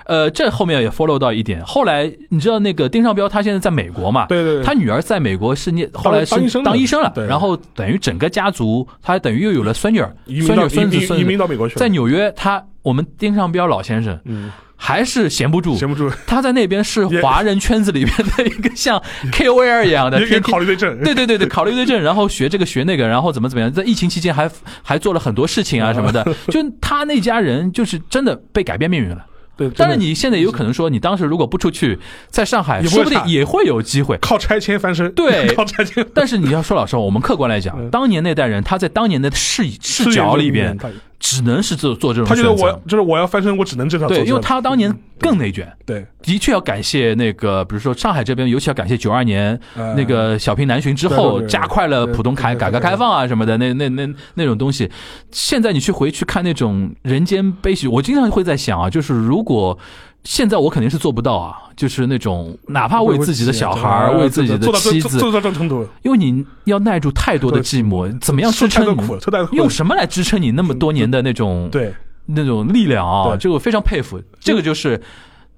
[SPEAKER 3] 呃，这后面也 follow 到一点。后来你知道那个丁尚彪他现在在美国嘛？
[SPEAKER 2] 对对对
[SPEAKER 3] 他女儿在美国是念，后来是
[SPEAKER 2] 当医生的
[SPEAKER 3] 当医生了，
[SPEAKER 2] 对
[SPEAKER 3] 然后。然后等于整个家族，他等于又有了孙女儿、
[SPEAKER 2] 移民
[SPEAKER 3] 孙女
[SPEAKER 2] 到
[SPEAKER 3] 儿、孙
[SPEAKER 2] 移
[SPEAKER 3] 子、
[SPEAKER 2] 民移
[SPEAKER 3] 孙
[SPEAKER 2] 民
[SPEAKER 3] 子。
[SPEAKER 2] 到美国去了，
[SPEAKER 3] 在纽约，他我们丁尚彪老先生
[SPEAKER 2] 嗯，
[SPEAKER 3] 还是闲不住，
[SPEAKER 2] 闲不住，
[SPEAKER 3] 他在那边是
[SPEAKER 2] 也
[SPEAKER 3] 华人圈子里面的一个 像 KOL 一样的，
[SPEAKER 2] 也也
[SPEAKER 3] 天天
[SPEAKER 2] 考虑对症，
[SPEAKER 3] 对对对对，考虑对症，然后学这个学那个，然后怎么怎么样，在疫情期间还还做了很多事情 啊什么的，就他那家人就是真的被改变命运了。
[SPEAKER 2] 对，
[SPEAKER 3] 当然，
[SPEAKER 2] 真的
[SPEAKER 3] 你现在也有可能说，你当时如果不出去，在上海，
[SPEAKER 2] 也不会
[SPEAKER 3] 说不定
[SPEAKER 2] 惨
[SPEAKER 3] 也会有机会。
[SPEAKER 2] 靠拆迁翻身，
[SPEAKER 3] 对
[SPEAKER 2] 靠拆迁。
[SPEAKER 3] 但是你要说老实话，我们客观来讲，
[SPEAKER 2] 嗯
[SPEAKER 3] 当年那代人他在当年的视视角里边，只能是做做这种
[SPEAKER 2] 他觉得
[SPEAKER 3] 选择
[SPEAKER 2] 我就是我要翻身，我只能这条嗯走。
[SPEAKER 3] 对，因为
[SPEAKER 2] 这条
[SPEAKER 3] 他当年更内卷。
[SPEAKER 2] 对
[SPEAKER 3] 的确要感谢那个，比如说上海这边，尤其要感谢九二年
[SPEAKER 2] 呃
[SPEAKER 3] 那个小平南巡之
[SPEAKER 2] 对对
[SPEAKER 3] 后，
[SPEAKER 2] 对对
[SPEAKER 3] 加快了浦东改
[SPEAKER 2] 对对
[SPEAKER 3] 改
[SPEAKER 2] 对
[SPEAKER 3] 革开放啊什么的，那那那那种东西。现在你去回去看那种人间悲喜，我经常会在想啊，就是如果现在我肯定是做不到啊，就是那种哪怕为自
[SPEAKER 2] 啊
[SPEAKER 3] 己的小孩儿、为自己的
[SPEAKER 2] 做到这
[SPEAKER 3] 妻
[SPEAKER 2] 做
[SPEAKER 3] 子，
[SPEAKER 2] 做到这种程度，
[SPEAKER 3] 因为你要耐住太多的寂寞，怎么样支
[SPEAKER 2] 吃太
[SPEAKER 3] 撑
[SPEAKER 2] 多
[SPEAKER 3] 你
[SPEAKER 2] 苦了，吃太多苦了
[SPEAKER 3] 用什么来支撑你那么多年的那种
[SPEAKER 2] 对
[SPEAKER 3] 那种力量啊？
[SPEAKER 2] 对
[SPEAKER 3] 这个我非常佩服。这个就是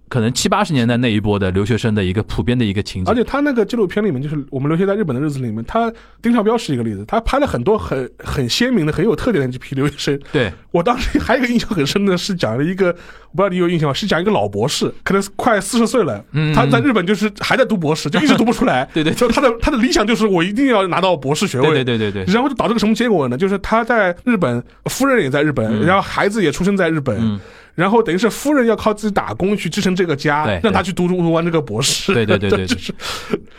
[SPEAKER 3] 可能七八十年代那一波的留学生的一个普遍的一个情
[SPEAKER 2] 而且
[SPEAKER 3] 景。
[SPEAKER 2] 他那个纪录片里面，就是我们留学在日本的日子里面，他丁尚彪是一个例子，他拍了很多很很鲜明的、很有特点的这批留学生。
[SPEAKER 3] 对，
[SPEAKER 2] 我当时 还有一个印象很深的是讲了一个，我不知道你有印象吗？是讲一个老博士，可能快四十岁了，
[SPEAKER 3] 嗯
[SPEAKER 2] 他在日本就是还在读博士，就一直读不出来。
[SPEAKER 3] 对对对
[SPEAKER 2] 就他的他的理想就是我一定要拿到博士学位。
[SPEAKER 3] 对对对对对，
[SPEAKER 2] 然后就导致个什么结果呢？就是他在日本，夫人也在日本，
[SPEAKER 3] 嗯
[SPEAKER 2] 然后孩子也出生在日本，然后等于是夫人要靠自己打工去支撑这个家
[SPEAKER 3] 对，
[SPEAKER 2] 让他去读读完这个博士。
[SPEAKER 3] 对对对对 对
[SPEAKER 2] 就是，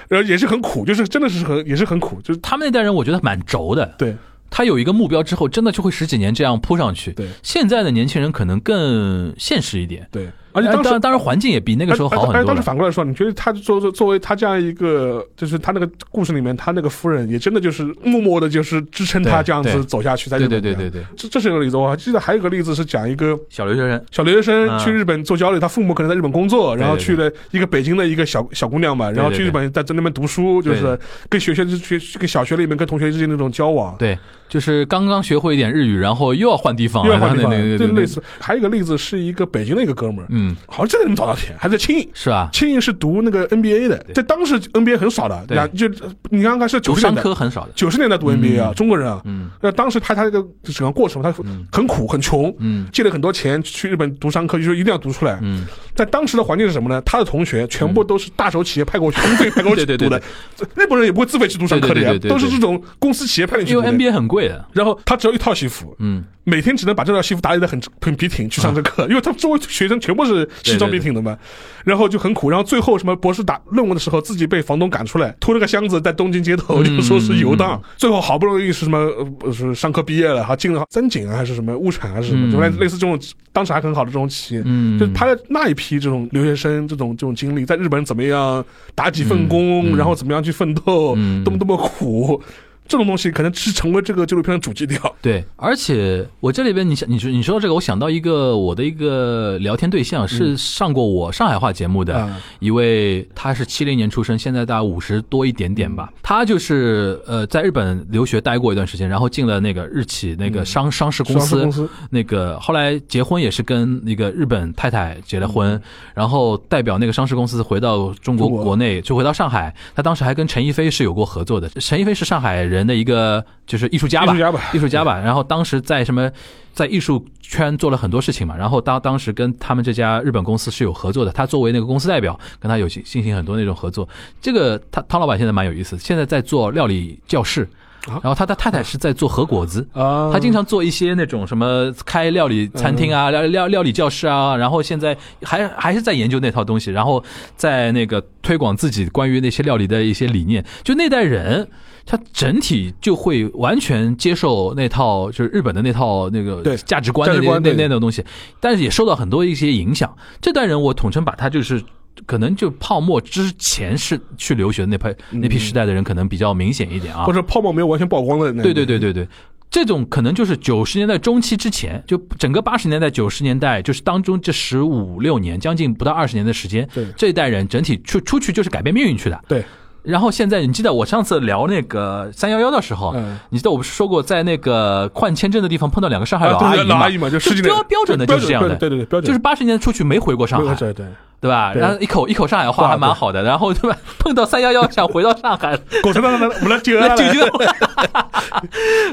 [SPEAKER 2] 然后也是很苦，就是真的是很也是很苦，就是
[SPEAKER 3] 他们那代人我觉得蛮轴的。
[SPEAKER 2] 对
[SPEAKER 3] 他有一个目标之后，真的就会十几年这样扑上去。
[SPEAKER 2] 对
[SPEAKER 3] 现在的年轻人可能更现实一点，
[SPEAKER 2] 对，而且当时
[SPEAKER 3] 然。哎当然环境也比那个时候好
[SPEAKER 2] 而
[SPEAKER 3] 很
[SPEAKER 2] 且
[SPEAKER 3] 多
[SPEAKER 2] 当时
[SPEAKER 3] 了。
[SPEAKER 2] 反过来说，你觉得他作作作为他这样一个，就是他那个故事里面，他那个夫人也真的就是默默的，就是支撑他
[SPEAKER 3] 对
[SPEAKER 2] 这样
[SPEAKER 3] 对
[SPEAKER 2] 子走下去，在
[SPEAKER 3] 对
[SPEAKER 2] 日
[SPEAKER 3] 对
[SPEAKER 2] 本
[SPEAKER 3] 对
[SPEAKER 2] 这
[SPEAKER 3] 对
[SPEAKER 2] 样
[SPEAKER 3] 对，
[SPEAKER 2] 这这是一个例子。我还记得还有一个例子是讲一个
[SPEAKER 3] 小留学生，
[SPEAKER 2] 小留学
[SPEAKER 3] 嗯
[SPEAKER 2] 生去日本做交流，他父母可能在日本工作，然后去了一个北京的一个小小姑娘嘛，然后去日本在在那边读书，就
[SPEAKER 3] 对
[SPEAKER 2] 是跟学校之学跟小学里面跟同学之间那种交往，
[SPEAKER 3] 对，就是刚刚学会一点日语，然后又要换地方，
[SPEAKER 2] 又要换
[SPEAKER 3] 然后
[SPEAKER 2] 地方
[SPEAKER 3] 哦那那，那
[SPEAKER 2] 就
[SPEAKER 3] 那
[SPEAKER 2] 类似。还有一个例子是一个北京的一个哥们儿，
[SPEAKER 3] 嗯，
[SPEAKER 2] 好像真的能找到钱，还在青影。
[SPEAKER 3] 是啊，
[SPEAKER 2] 青影是读那个 NBA 的，
[SPEAKER 3] 对
[SPEAKER 2] 在当时 NBA 很少的，
[SPEAKER 3] 对
[SPEAKER 2] 那就你刚刚看是九
[SPEAKER 3] 读
[SPEAKER 2] 十
[SPEAKER 3] 商
[SPEAKER 2] 年代，
[SPEAKER 3] 科很少的，
[SPEAKER 2] 九十年代读 NBA 啊，中国人啊，
[SPEAKER 3] 嗯
[SPEAKER 2] 那当时他他这个整个过程，他很苦很穷，
[SPEAKER 3] 嗯
[SPEAKER 2] 借了很多钱去日本读商科，就说一定要读出来。
[SPEAKER 3] 嗯，
[SPEAKER 2] 在当时的环境是什么呢？他的同学全部都是大手企业派过去，公费派过去
[SPEAKER 3] 对
[SPEAKER 2] 读
[SPEAKER 3] 对对
[SPEAKER 2] 的，日本人也不会自费去读商科的呀
[SPEAKER 3] 对对对，对对
[SPEAKER 2] 都是这种公司企业派你去
[SPEAKER 3] 因
[SPEAKER 2] 读
[SPEAKER 3] 为
[SPEAKER 2] 的。
[SPEAKER 3] NBA 很贵的，
[SPEAKER 2] 然后他只有一套西服，
[SPEAKER 3] 嗯，
[SPEAKER 2] 每天只能把这套西服打理的很很笔挺去上这
[SPEAKER 3] 啊
[SPEAKER 2] 课，因为他们周围学生全部是西装笔挺的嘛，然后就很苦。然后最后什么博士打论文的时候，自己被房东赶出来，拖着个箱子在东京街头
[SPEAKER 3] 嗯
[SPEAKER 2] 就说是游荡。最后好不容易是什么呃是商科毕业了，哈，进了三井啊还是什么物产还是什么，
[SPEAKER 3] 嗯
[SPEAKER 2] 就类类似这种当时还很好的这种企业。
[SPEAKER 3] 嗯，
[SPEAKER 2] 就是他的那一批这种留学生，这种这种经历，在日本怎么样打几份工，
[SPEAKER 3] 嗯嗯
[SPEAKER 2] 然后怎么样去奋斗，
[SPEAKER 3] 嗯
[SPEAKER 2] 多么多么苦，这种东西可能是成为这个纪录片的主基调。
[SPEAKER 3] 对，而且我这里边你想，你说你说这个，我想到一个我的一个聊天对象是上过我上海话节目的
[SPEAKER 2] 嗯啊
[SPEAKER 3] 一位，他是七零年出生，现在大概五十多一点点
[SPEAKER 2] 嗯
[SPEAKER 3] 吧。他就是呃在日本留学待过一段时间，然后进了那个日企那个商商事公
[SPEAKER 2] 上市
[SPEAKER 3] 司
[SPEAKER 2] 嗯公，司
[SPEAKER 3] 那个后来结婚也是跟那个日本太太结了婚，然后代表那个上市公司回到中国
[SPEAKER 2] 嗯中国
[SPEAKER 3] 国内，就回到上海。他当时还跟陈逸飞是有过合作的，陈逸飞是上海人的一个就是艺术家吧
[SPEAKER 2] 艺术，家吧，
[SPEAKER 3] 艺术家吧。然后当时在什么，在艺术圈做了很多事情嘛。然后当当时跟他们这家日本公司是有合作的，他作为那个公司代表，跟他有进进行很多那种合作。这个他汤老板现在蛮有意思，现在在做料理教室，
[SPEAKER 2] 啊
[SPEAKER 3] 然后他的太太是在做和果子。
[SPEAKER 2] 啊嗯
[SPEAKER 3] 他经常做一些那种什么开料理餐厅啊、料料料理教室啊，然后现在还还是在研究那套东西，然后在那个推广自己关于那些料理的一些理念。就那代人，他整体就会完全接受那套就是日本的那套那
[SPEAKER 2] 对
[SPEAKER 3] 个价值观的
[SPEAKER 2] 价值
[SPEAKER 3] 那
[SPEAKER 2] 观
[SPEAKER 3] 那
[SPEAKER 2] 对
[SPEAKER 3] 那种东西，但是也受到很多一些影响。这代人我统称把他就是。可能就泡沫之前是去留学的那批
[SPEAKER 2] 嗯
[SPEAKER 3] 那批时代的人，可能比较明显一点啊，
[SPEAKER 2] 或者泡沫没有完全曝光的那，
[SPEAKER 3] 对对对，对对，这种可能就是九十年代中期之前，就整个八十年代、九十年代，就是当中这十五六年，将近不到二十年的时间
[SPEAKER 2] 对，
[SPEAKER 3] 这一代人整体出出去就是改变命运去的。
[SPEAKER 2] 对。
[SPEAKER 3] 然后现在你记得我上次聊那个三幺幺的时候，
[SPEAKER 2] 嗯
[SPEAKER 3] 你记得我不是说过在那个换签证的地方碰到两个上海
[SPEAKER 2] 啊
[SPEAKER 3] 老
[SPEAKER 2] 对对
[SPEAKER 3] 姨
[SPEAKER 2] 老
[SPEAKER 3] 吗
[SPEAKER 2] 阿姨嘛，就十几年
[SPEAKER 3] 标标准的就是这样的，
[SPEAKER 2] 对对对，标准
[SPEAKER 3] 就是八十年代出去没回过上海，
[SPEAKER 2] 对对对，
[SPEAKER 3] 对吧？
[SPEAKER 2] 对
[SPEAKER 3] 然后一口一口上海
[SPEAKER 2] 话
[SPEAKER 3] 话还蛮
[SPEAKER 2] 对
[SPEAKER 3] 好的，然后对吧？ 碰到三幺幺想回到上海，
[SPEAKER 2] 狗头上的我们来接
[SPEAKER 3] 那
[SPEAKER 2] 了，
[SPEAKER 3] 就就，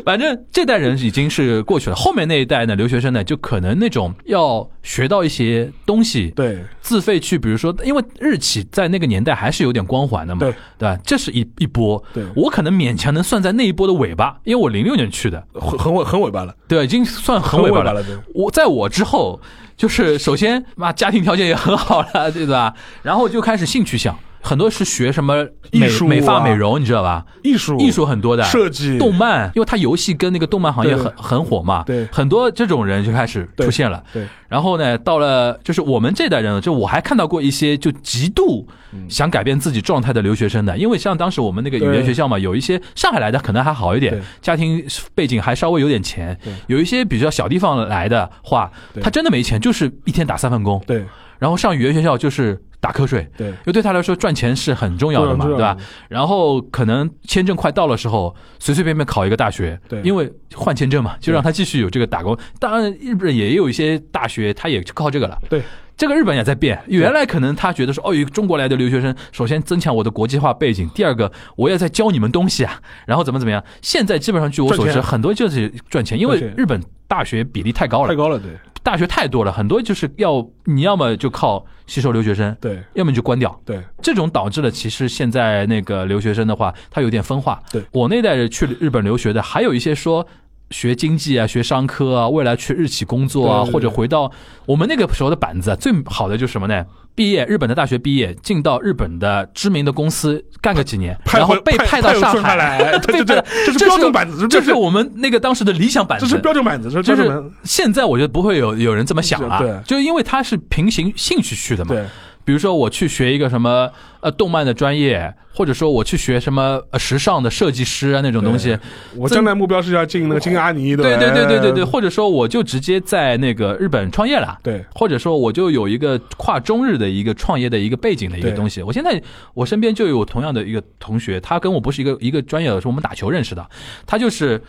[SPEAKER 3] 反正这代人已经是过去了，后面那一代呢，留学生呢，就可能那种要学到一些东西，
[SPEAKER 2] 对
[SPEAKER 3] 自费去，比如说，因为日企在那个年代还是有点光环的嘛，
[SPEAKER 2] 对
[SPEAKER 3] 对吧？这是一一波，
[SPEAKER 2] 对
[SPEAKER 3] 我可能勉强能算在那一波的尾巴，因为我零六年去的，
[SPEAKER 2] 很很尾很尾巴了，
[SPEAKER 3] 对，已经算很
[SPEAKER 2] 很
[SPEAKER 3] 尾巴
[SPEAKER 2] 巴
[SPEAKER 3] 了。
[SPEAKER 2] 了，对。
[SPEAKER 3] 我在我之后，就是首先 嘛，家庭条件也很好了，对吧？然后就开始性取向，很多是学什么美、
[SPEAKER 2] 艺术啊
[SPEAKER 3] 美发美容，你知道吧？
[SPEAKER 2] 艺术
[SPEAKER 3] 艺术很多的
[SPEAKER 2] 设计
[SPEAKER 3] 动漫，因为它游戏跟那个动漫行业很
[SPEAKER 2] 对
[SPEAKER 3] 很火嘛，
[SPEAKER 2] 对
[SPEAKER 3] 很多这种人就开始
[SPEAKER 2] 对
[SPEAKER 3] 出现了。
[SPEAKER 2] 对
[SPEAKER 3] 然后呢，到了就是我们这代人，就我还看到过一些就极度
[SPEAKER 2] 嗯
[SPEAKER 3] 想改变自己状态的留学生的，因为像当时我们那个语
[SPEAKER 2] 对
[SPEAKER 3] 言学校嘛，有一些上海来的可能还好一
[SPEAKER 2] 对
[SPEAKER 3] 点，家庭背景还稍微有点钱
[SPEAKER 2] 对，
[SPEAKER 3] 有一些比较小地方来的话
[SPEAKER 2] 对，
[SPEAKER 3] 他真的没钱，就是一天打三份工，
[SPEAKER 2] 对
[SPEAKER 3] 然后上语言学校就是打瞌睡，
[SPEAKER 2] 对
[SPEAKER 3] 因为对他来说赚钱是很重要的嘛，
[SPEAKER 2] 对啊
[SPEAKER 3] 对
[SPEAKER 2] 对啊
[SPEAKER 3] 吧？然后可能签证快到的时候，随随便便考一个大学，
[SPEAKER 2] 对
[SPEAKER 3] 因为换签证嘛，就让他继续有这个打工。当然，日本也有一些大学，他也靠这个了。
[SPEAKER 2] 对，
[SPEAKER 3] 这个日本也在变，原来可能他觉得说，哦，有中国来的留学生，首先增强我的国际化背景，第二个我也在教你们东西啊，然后怎么怎么样。现在基本上据我所
[SPEAKER 2] 赚
[SPEAKER 3] 知，
[SPEAKER 2] 钱
[SPEAKER 3] 很多就是赚钱，因为
[SPEAKER 2] 赚钱
[SPEAKER 3] 日本大学比例太高
[SPEAKER 2] 太
[SPEAKER 3] 了，
[SPEAKER 2] 高了，对
[SPEAKER 3] 大学太多了，很多就是要你要么就靠吸收留学生，
[SPEAKER 2] 对
[SPEAKER 3] 要么你就关掉。
[SPEAKER 2] 对
[SPEAKER 3] 这种导致了，其实现在那个留学生的话，他有点分化。
[SPEAKER 2] 对
[SPEAKER 3] 我那代人去日本留学的，还有一些说学经济啊、学商科啊，未来去日企工作啊，
[SPEAKER 2] 对对对
[SPEAKER 3] 或者回到我们那个时候的板子啊，最好的就是什么呢？毕业日本的大学毕业，进到日本的知名的公司干个几年，
[SPEAKER 2] 派
[SPEAKER 3] 然后
[SPEAKER 2] 回
[SPEAKER 3] 被
[SPEAKER 2] 派
[SPEAKER 3] 派到
[SPEAKER 2] 派
[SPEAKER 3] 上
[SPEAKER 2] 上海
[SPEAKER 3] 海
[SPEAKER 2] 来
[SPEAKER 3] 被
[SPEAKER 2] 对对
[SPEAKER 3] 派到
[SPEAKER 2] 对这是标准板子
[SPEAKER 3] 这
[SPEAKER 2] 这
[SPEAKER 3] 是
[SPEAKER 2] 是
[SPEAKER 3] 我们那个当时的理想板
[SPEAKER 2] 这
[SPEAKER 3] 子，
[SPEAKER 2] 是标准板子，这是
[SPEAKER 3] 就
[SPEAKER 2] 标准
[SPEAKER 3] 是
[SPEAKER 2] 板，
[SPEAKER 3] 现在我觉得不会有有人这么想
[SPEAKER 2] 是对
[SPEAKER 3] 了，就是因为他是凭兴兴趣去的嘛。
[SPEAKER 2] 对
[SPEAKER 3] 比如说我去学一个什么呃动漫的专业，或者说我去学什么呃时尚的设计师啊那种东西，
[SPEAKER 2] 我将来目标是要进那个金阿尼，
[SPEAKER 3] 对
[SPEAKER 2] 吧
[SPEAKER 3] 对对对对对，或者说我就直接在那个日本创业了。
[SPEAKER 2] 对
[SPEAKER 3] 或者说，我就有一个跨中日的一个创业的一个背景的一个
[SPEAKER 2] 对
[SPEAKER 3] 东西。我现在我身边就有同样的一个同学，他跟我不是一个一个专业的，是我们打球认识的。他就是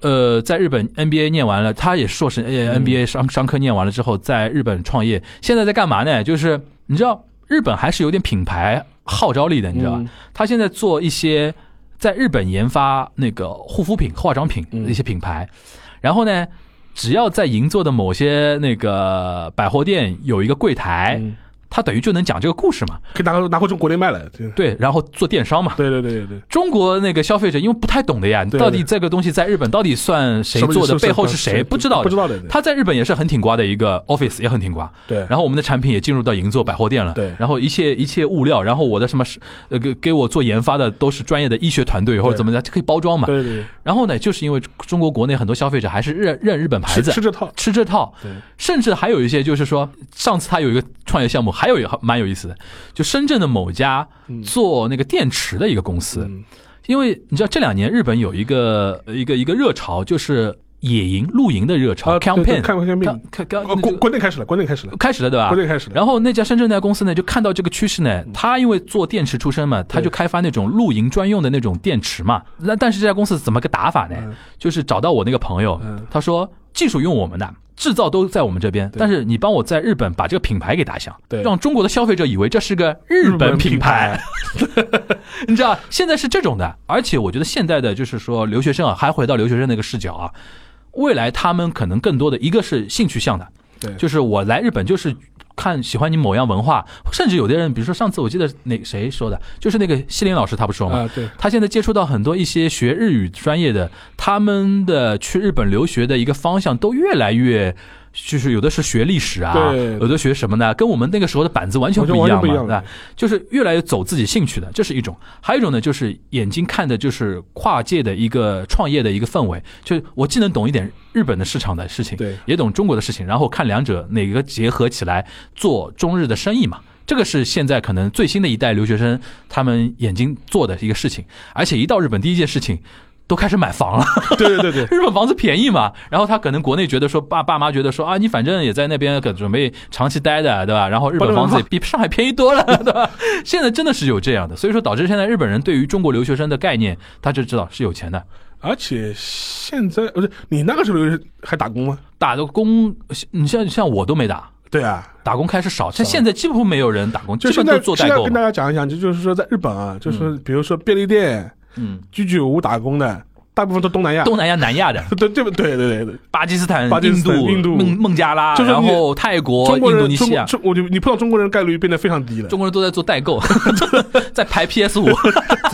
[SPEAKER 3] 呃，在日本 NBA 念完了，他也硕士
[SPEAKER 1] 嗯
[SPEAKER 3] 呃 NBA 商商科念完了之后，在日本创业，现在在干嘛呢？就是你知道，日本还是有点品牌号召力的，你知道吧？
[SPEAKER 1] 嗯
[SPEAKER 3] 他现在做一些在日本研发那个护肤品、化妆品
[SPEAKER 1] 嗯
[SPEAKER 3] 一些品牌，然后呢，只要在银座的某些那个百货店有一个柜台，
[SPEAKER 1] 嗯
[SPEAKER 3] 他等于就能讲这个故事嘛，
[SPEAKER 2] 可以拿拿回中国内卖来。对
[SPEAKER 3] 对，然后做电商嘛。
[SPEAKER 2] 对对对对，
[SPEAKER 3] 中国那个消费者因为不太懂的呀，
[SPEAKER 2] 对
[SPEAKER 3] 到底这个东西在日本到底算谁
[SPEAKER 2] 什么
[SPEAKER 3] 做的，
[SPEAKER 2] 是
[SPEAKER 3] 背后是谁不知道
[SPEAKER 2] 不
[SPEAKER 3] 的
[SPEAKER 2] 知。道的。
[SPEAKER 3] 他在日本也是很挺瓜的一个 office，也很挺瓜。
[SPEAKER 2] 对
[SPEAKER 3] 然后我们的产品也进入到银座百货店了。
[SPEAKER 2] 对
[SPEAKER 3] 然后一切一切物料，然后我的什么是呃给给我做研发的都是专业的医学团队或者怎么的，这可以包装嘛。
[SPEAKER 2] 对对对，
[SPEAKER 3] 然后呢，就是因为中国国内很多消费者还是认认日本牌
[SPEAKER 2] 吃
[SPEAKER 3] 子
[SPEAKER 2] 吃。这 套。嗯
[SPEAKER 3] 吃这套
[SPEAKER 2] 对，
[SPEAKER 3] 甚至还有一些就是说，上次他有一个创业项目，还有一个蛮有意思的，就深圳的某家
[SPEAKER 2] 嗯
[SPEAKER 3] 做那个电池的一个公司，
[SPEAKER 2] 嗯
[SPEAKER 3] 因为你知道这两年日本有一个一个一个热潮，就是野营露营的热潮、
[SPEAKER 2] 啊
[SPEAKER 3] c a
[SPEAKER 2] 对
[SPEAKER 3] m p a
[SPEAKER 2] 对
[SPEAKER 3] i g n
[SPEAKER 2] 看看病。
[SPEAKER 3] 看看
[SPEAKER 2] 哦，国国内开始了，国内开始了，
[SPEAKER 3] 开始了对吧
[SPEAKER 2] 国？内开始了。
[SPEAKER 3] 然后那家深圳那家公司呢，就看到这个趋势
[SPEAKER 2] 嗯
[SPEAKER 3] 呢，他因为做电池出身嘛，他就开发那种露营专用的那种电池嘛。那但是这家公司怎么个打法呢
[SPEAKER 2] 嗯？
[SPEAKER 3] 就是找到我那个朋友
[SPEAKER 2] 嗯，
[SPEAKER 3] 他说技术用我们的。制造都在我们这边，但是你帮我在日本把这个品牌给打响，
[SPEAKER 2] 对
[SPEAKER 3] 让中国的消费者以为这是个日本品牌， 你知道现在是这种的，而且我觉得现在的就是说留学生啊，还回到留学生那个视角啊，未来他们可能更多的一个是兴趣向的，
[SPEAKER 2] 对
[SPEAKER 3] 就是我来日本就是看喜欢你某样文化，甚至有的人，比如说上次我记得那谁说的，就是那个西林老师他不说吗？
[SPEAKER 2] 啊，对，
[SPEAKER 3] 他现在接触到很多一些学日语专业的，他们的去日本留学的一个方向都越来越，就是有的是学历史啊，
[SPEAKER 2] 对
[SPEAKER 3] 有的学什么呢？跟我们那个时候的板子完全
[SPEAKER 2] 完全
[SPEAKER 3] 不一
[SPEAKER 2] 完全
[SPEAKER 3] 样
[SPEAKER 2] 不一
[SPEAKER 3] 嘛，
[SPEAKER 2] 样了
[SPEAKER 3] 吧？就是越来越走自己兴趣的，这是一种；还有一种呢，就是眼睛看的就是跨界的一个创业的一个氛围，就是我既能懂一点日本的市场的事情，
[SPEAKER 2] 对
[SPEAKER 3] 也懂中国的事情，然后看两者哪个结合起来做中日的生意嘛。这个是现在可能最新的一代留学生他们眼睛做的一个事情，而且一到日本第一件事情。都开始买房了，
[SPEAKER 2] 对对对对，
[SPEAKER 3] 日本房子便宜嘛，然后他可能国内觉得说爸爸妈觉得说啊，你反正也在那边可准备长期待的，对吧？然后日本房子也比上海便宜多了， 对吧？现在真的是有这样的，所以说导致现在日本人对于中国留学生的概念，他就知道是有钱的，
[SPEAKER 2] 而且现在不是你那个时候还打工吗？
[SPEAKER 3] 打的工，你像像我都没打，
[SPEAKER 2] 对啊，
[SPEAKER 3] 打工开始少，像现在几乎没有人打工，
[SPEAKER 2] 就
[SPEAKER 3] 基
[SPEAKER 2] 现
[SPEAKER 3] 本
[SPEAKER 2] 在
[SPEAKER 3] 都做
[SPEAKER 2] 现
[SPEAKER 3] 代
[SPEAKER 2] 在
[SPEAKER 3] 购
[SPEAKER 2] 跟
[SPEAKER 3] 嘛。
[SPEAKER 2] 大家讲一讲，就就是说在日本啊，就是比如说便利店、
[SPEAKER 3] 嗯，
[SPEAKER 2] 居酒屋打工的，大部分都东南亚，
[SPEAKER 3] 东南亚、南亚的，
[SPEAKER 2] 对对不对对对对，
[SPEAKER 3] 巴基斯坦、
[SPEAKER 2] 巴基斯坦
[SPEAKER 3] 印度、
[SPEAKER 2] 印度
[SPEAKER 3] 孟孟加拉，
[SPEAKER 2] 就是
[SPEAKER 3] 然
[SPEAKER 2] 你
[SPEAKER 3] 后泰国、
[SPEAKER 2] 中
[SPEAKER 3] 印
[SPEAKER 2] 国
[SPEAKER 3] 度
[SPEAKER 2] 人
[SPEAKER 3] 尼
[SPEAKER 2] 中
[SPEAKER 3] 西
[SPEAKER 2] 国
[SPEAKER 3] 亚，
[SPEAKER 2] 中我就你碰到中国人概率变得非常低了。
[SPEAKER 3] 中国人都在做代 购，在排 PS 五，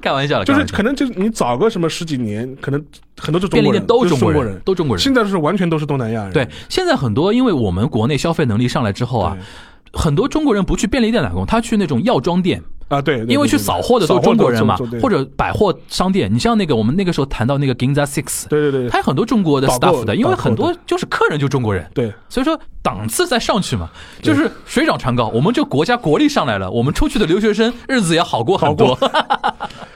[SPEAKER 3] 开玩笑了，
[SPEAKER 2] 就是
[SPEAKER 3] 开玩笑
[SPEAKER 2] 可能就是你早个什么十几年，可能很多是中
[SPEAKER 3] 便利
[SPEAKER 2] 国
[SPEAKER 3] 店
[SPEAKER 2] 人，
[SPEAKER 3] 都
[SPEAKER 2] 是
[SPEAKER 3] 中
[SPEAKER 2] 中
[SPEAKER 3] 国
[SPEAKER 2] 人，
[SPEAKER 3] 都中国人
[SPEAKER 2] 现。在是完全都是东南亚人。
[SPEAKER 3] 对，现在很多因为我们国内消费能力上来之后啊，很多中国人不去便利店打工，他去那种药妆店，
[SPEAKER 2] 啊，对，对对
[SPEAKER 3] 因为去
[SPEAKER 2] 对
[SPEAKER 3] 扫货的都是中国人嘛
[SPEAKER 2] 扫货的都是中，
[SPEAKER 3] 或者百货商店。你像那个我们那个时候谈到那个 Ginza Six，
[SPEAKER 2] 对对对
[SPEAKER 3] 他有很多中国的
[SPEAKER 2] 导购
[SPEAKER 3] staff 的，因
[SPEAKER 2] 导
[SPEAKER 3] 为
[SPEAKER 2] 购
[SPEAKER 3] 很多就是客人就中国人。
[SPEAKER 2] 对
[SPEAKER 3] 所以说档次再上去嘛，就是水涨船高。我们这国家国力上来了，我们出去的留学生日子也好过很多。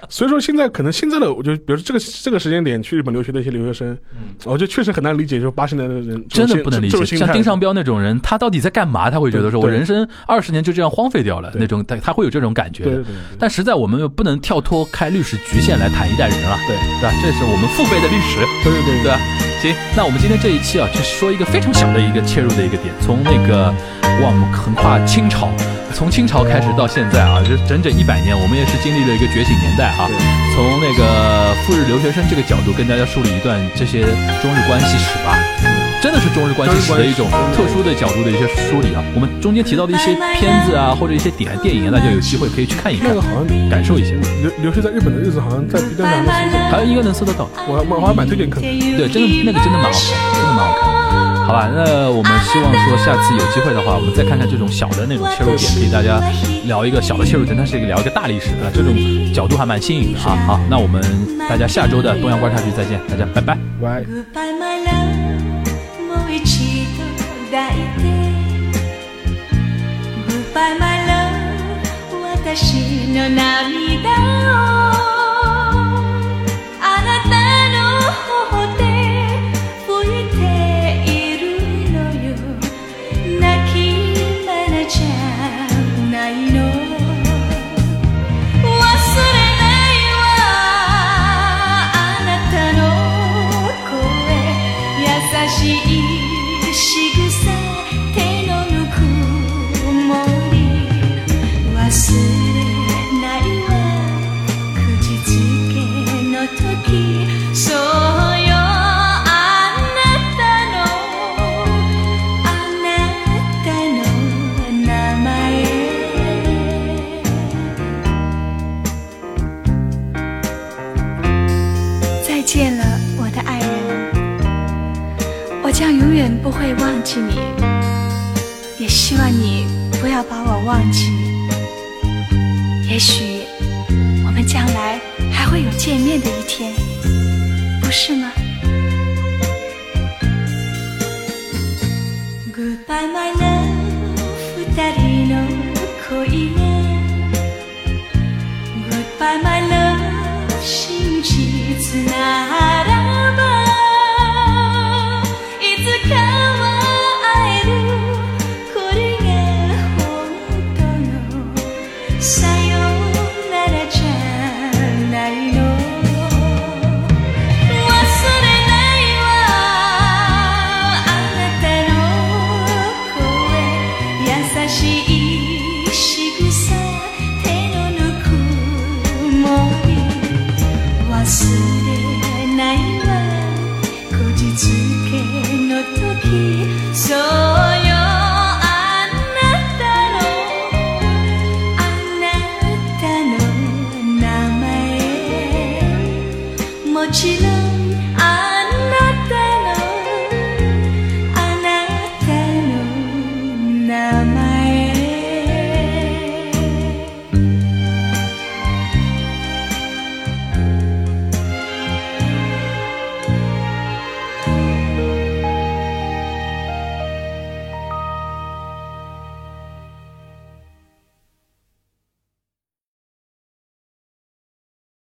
[SPEAKER 2] 所以说现在可能现在的，我就比如说这个这个时间点去日本留学的一些留学生，我觉得确实很难理解，就是八十年代的人
[SPEAKER 3] 嗯真的不能理
[SPEAKER 2] 这种
[SPEAKER 3] 解，
[SPEAKER 2] 心态
[SPEAKER 3] 像丁尚彪那种人，他到底在干嘛？他会觉得说，
[SPEAKER 2] 对
[SPEAKER 3] 我
[SPEAKER 2] 对
[SPEAKER 3] 人生二十年就这样荒废掉了，
[SPEAKER 2] 对
[SPEAKER 3] 那种他他会有这种感觉
[SPEAKER 2] 对对
[SPEAKER 3] 的。
[SPEAKER 2] 对
[SPEAKER 3] 但实在我们又不能跳脱开历史局限来谈一代人啊，
[SPEAKER 2] 对
[SPEAKER 3] 对吧？这是我们父辈的历史，
[SPEAKER 2] 对对对
[SPEAKER 3] 对啊吧？行，那我们今天这一期啊，就是说一个非常小的一个切入的一个点，从那个哇，我们横跨清朝，从清朝开始到现在啊，就是整整一百年，我们也是经历了一个觉醒年代啊。从那个赴日留学生这个角度，跟大家梳理一段这些中日关系史吧。真的是中日关系史的一种特殊的角度的一些梳理啊。我们中间提到的一些片子啊，或者一些点电影啊，大家有机会可以去看一
[SPEAKER 2] 那
[SPEAKER 3] 看
[SPEAKER 2] 个，好像
[SPEAKER 3] 感受一下。
[SPEAKER 2] 留留学在日本的日子，好像在 B 站上面搜索，
[SPEAKER 3] 还有应该能搜得到，
[SPEAKER 2] 我我好像蛮推荐看的。
[SPEAKER 3] 对，真的那个真的蛮好看，真的蛮好看。好吧，那我们希望说下次有机会的话，我们再看看这种小的那种切入点，给大家聊一个小的切入点，但是聊一个大历史啊，这种角度还蛮新颖的啊。好，那我们大家下周的东阳观察局再见，大家拜拜。
[SPEAKER 2] 喂。
[SPEAKER 4] Goodbye, my love. もう一度抱いて。Goodbye, my love. 私の涙をあなたの頬で拭いているのよ。泣き眼じゃないの。忘れないわあなたの不会忘记你，也希望你不要把我忘记。也许我们将来还会有见面的一天，不是吗？Goodbye my love，二人の恋へ。Goodbye my love，真実ならばいつかは会えるこれが本当のさよならじゃないの忘れないわあなたの声優しい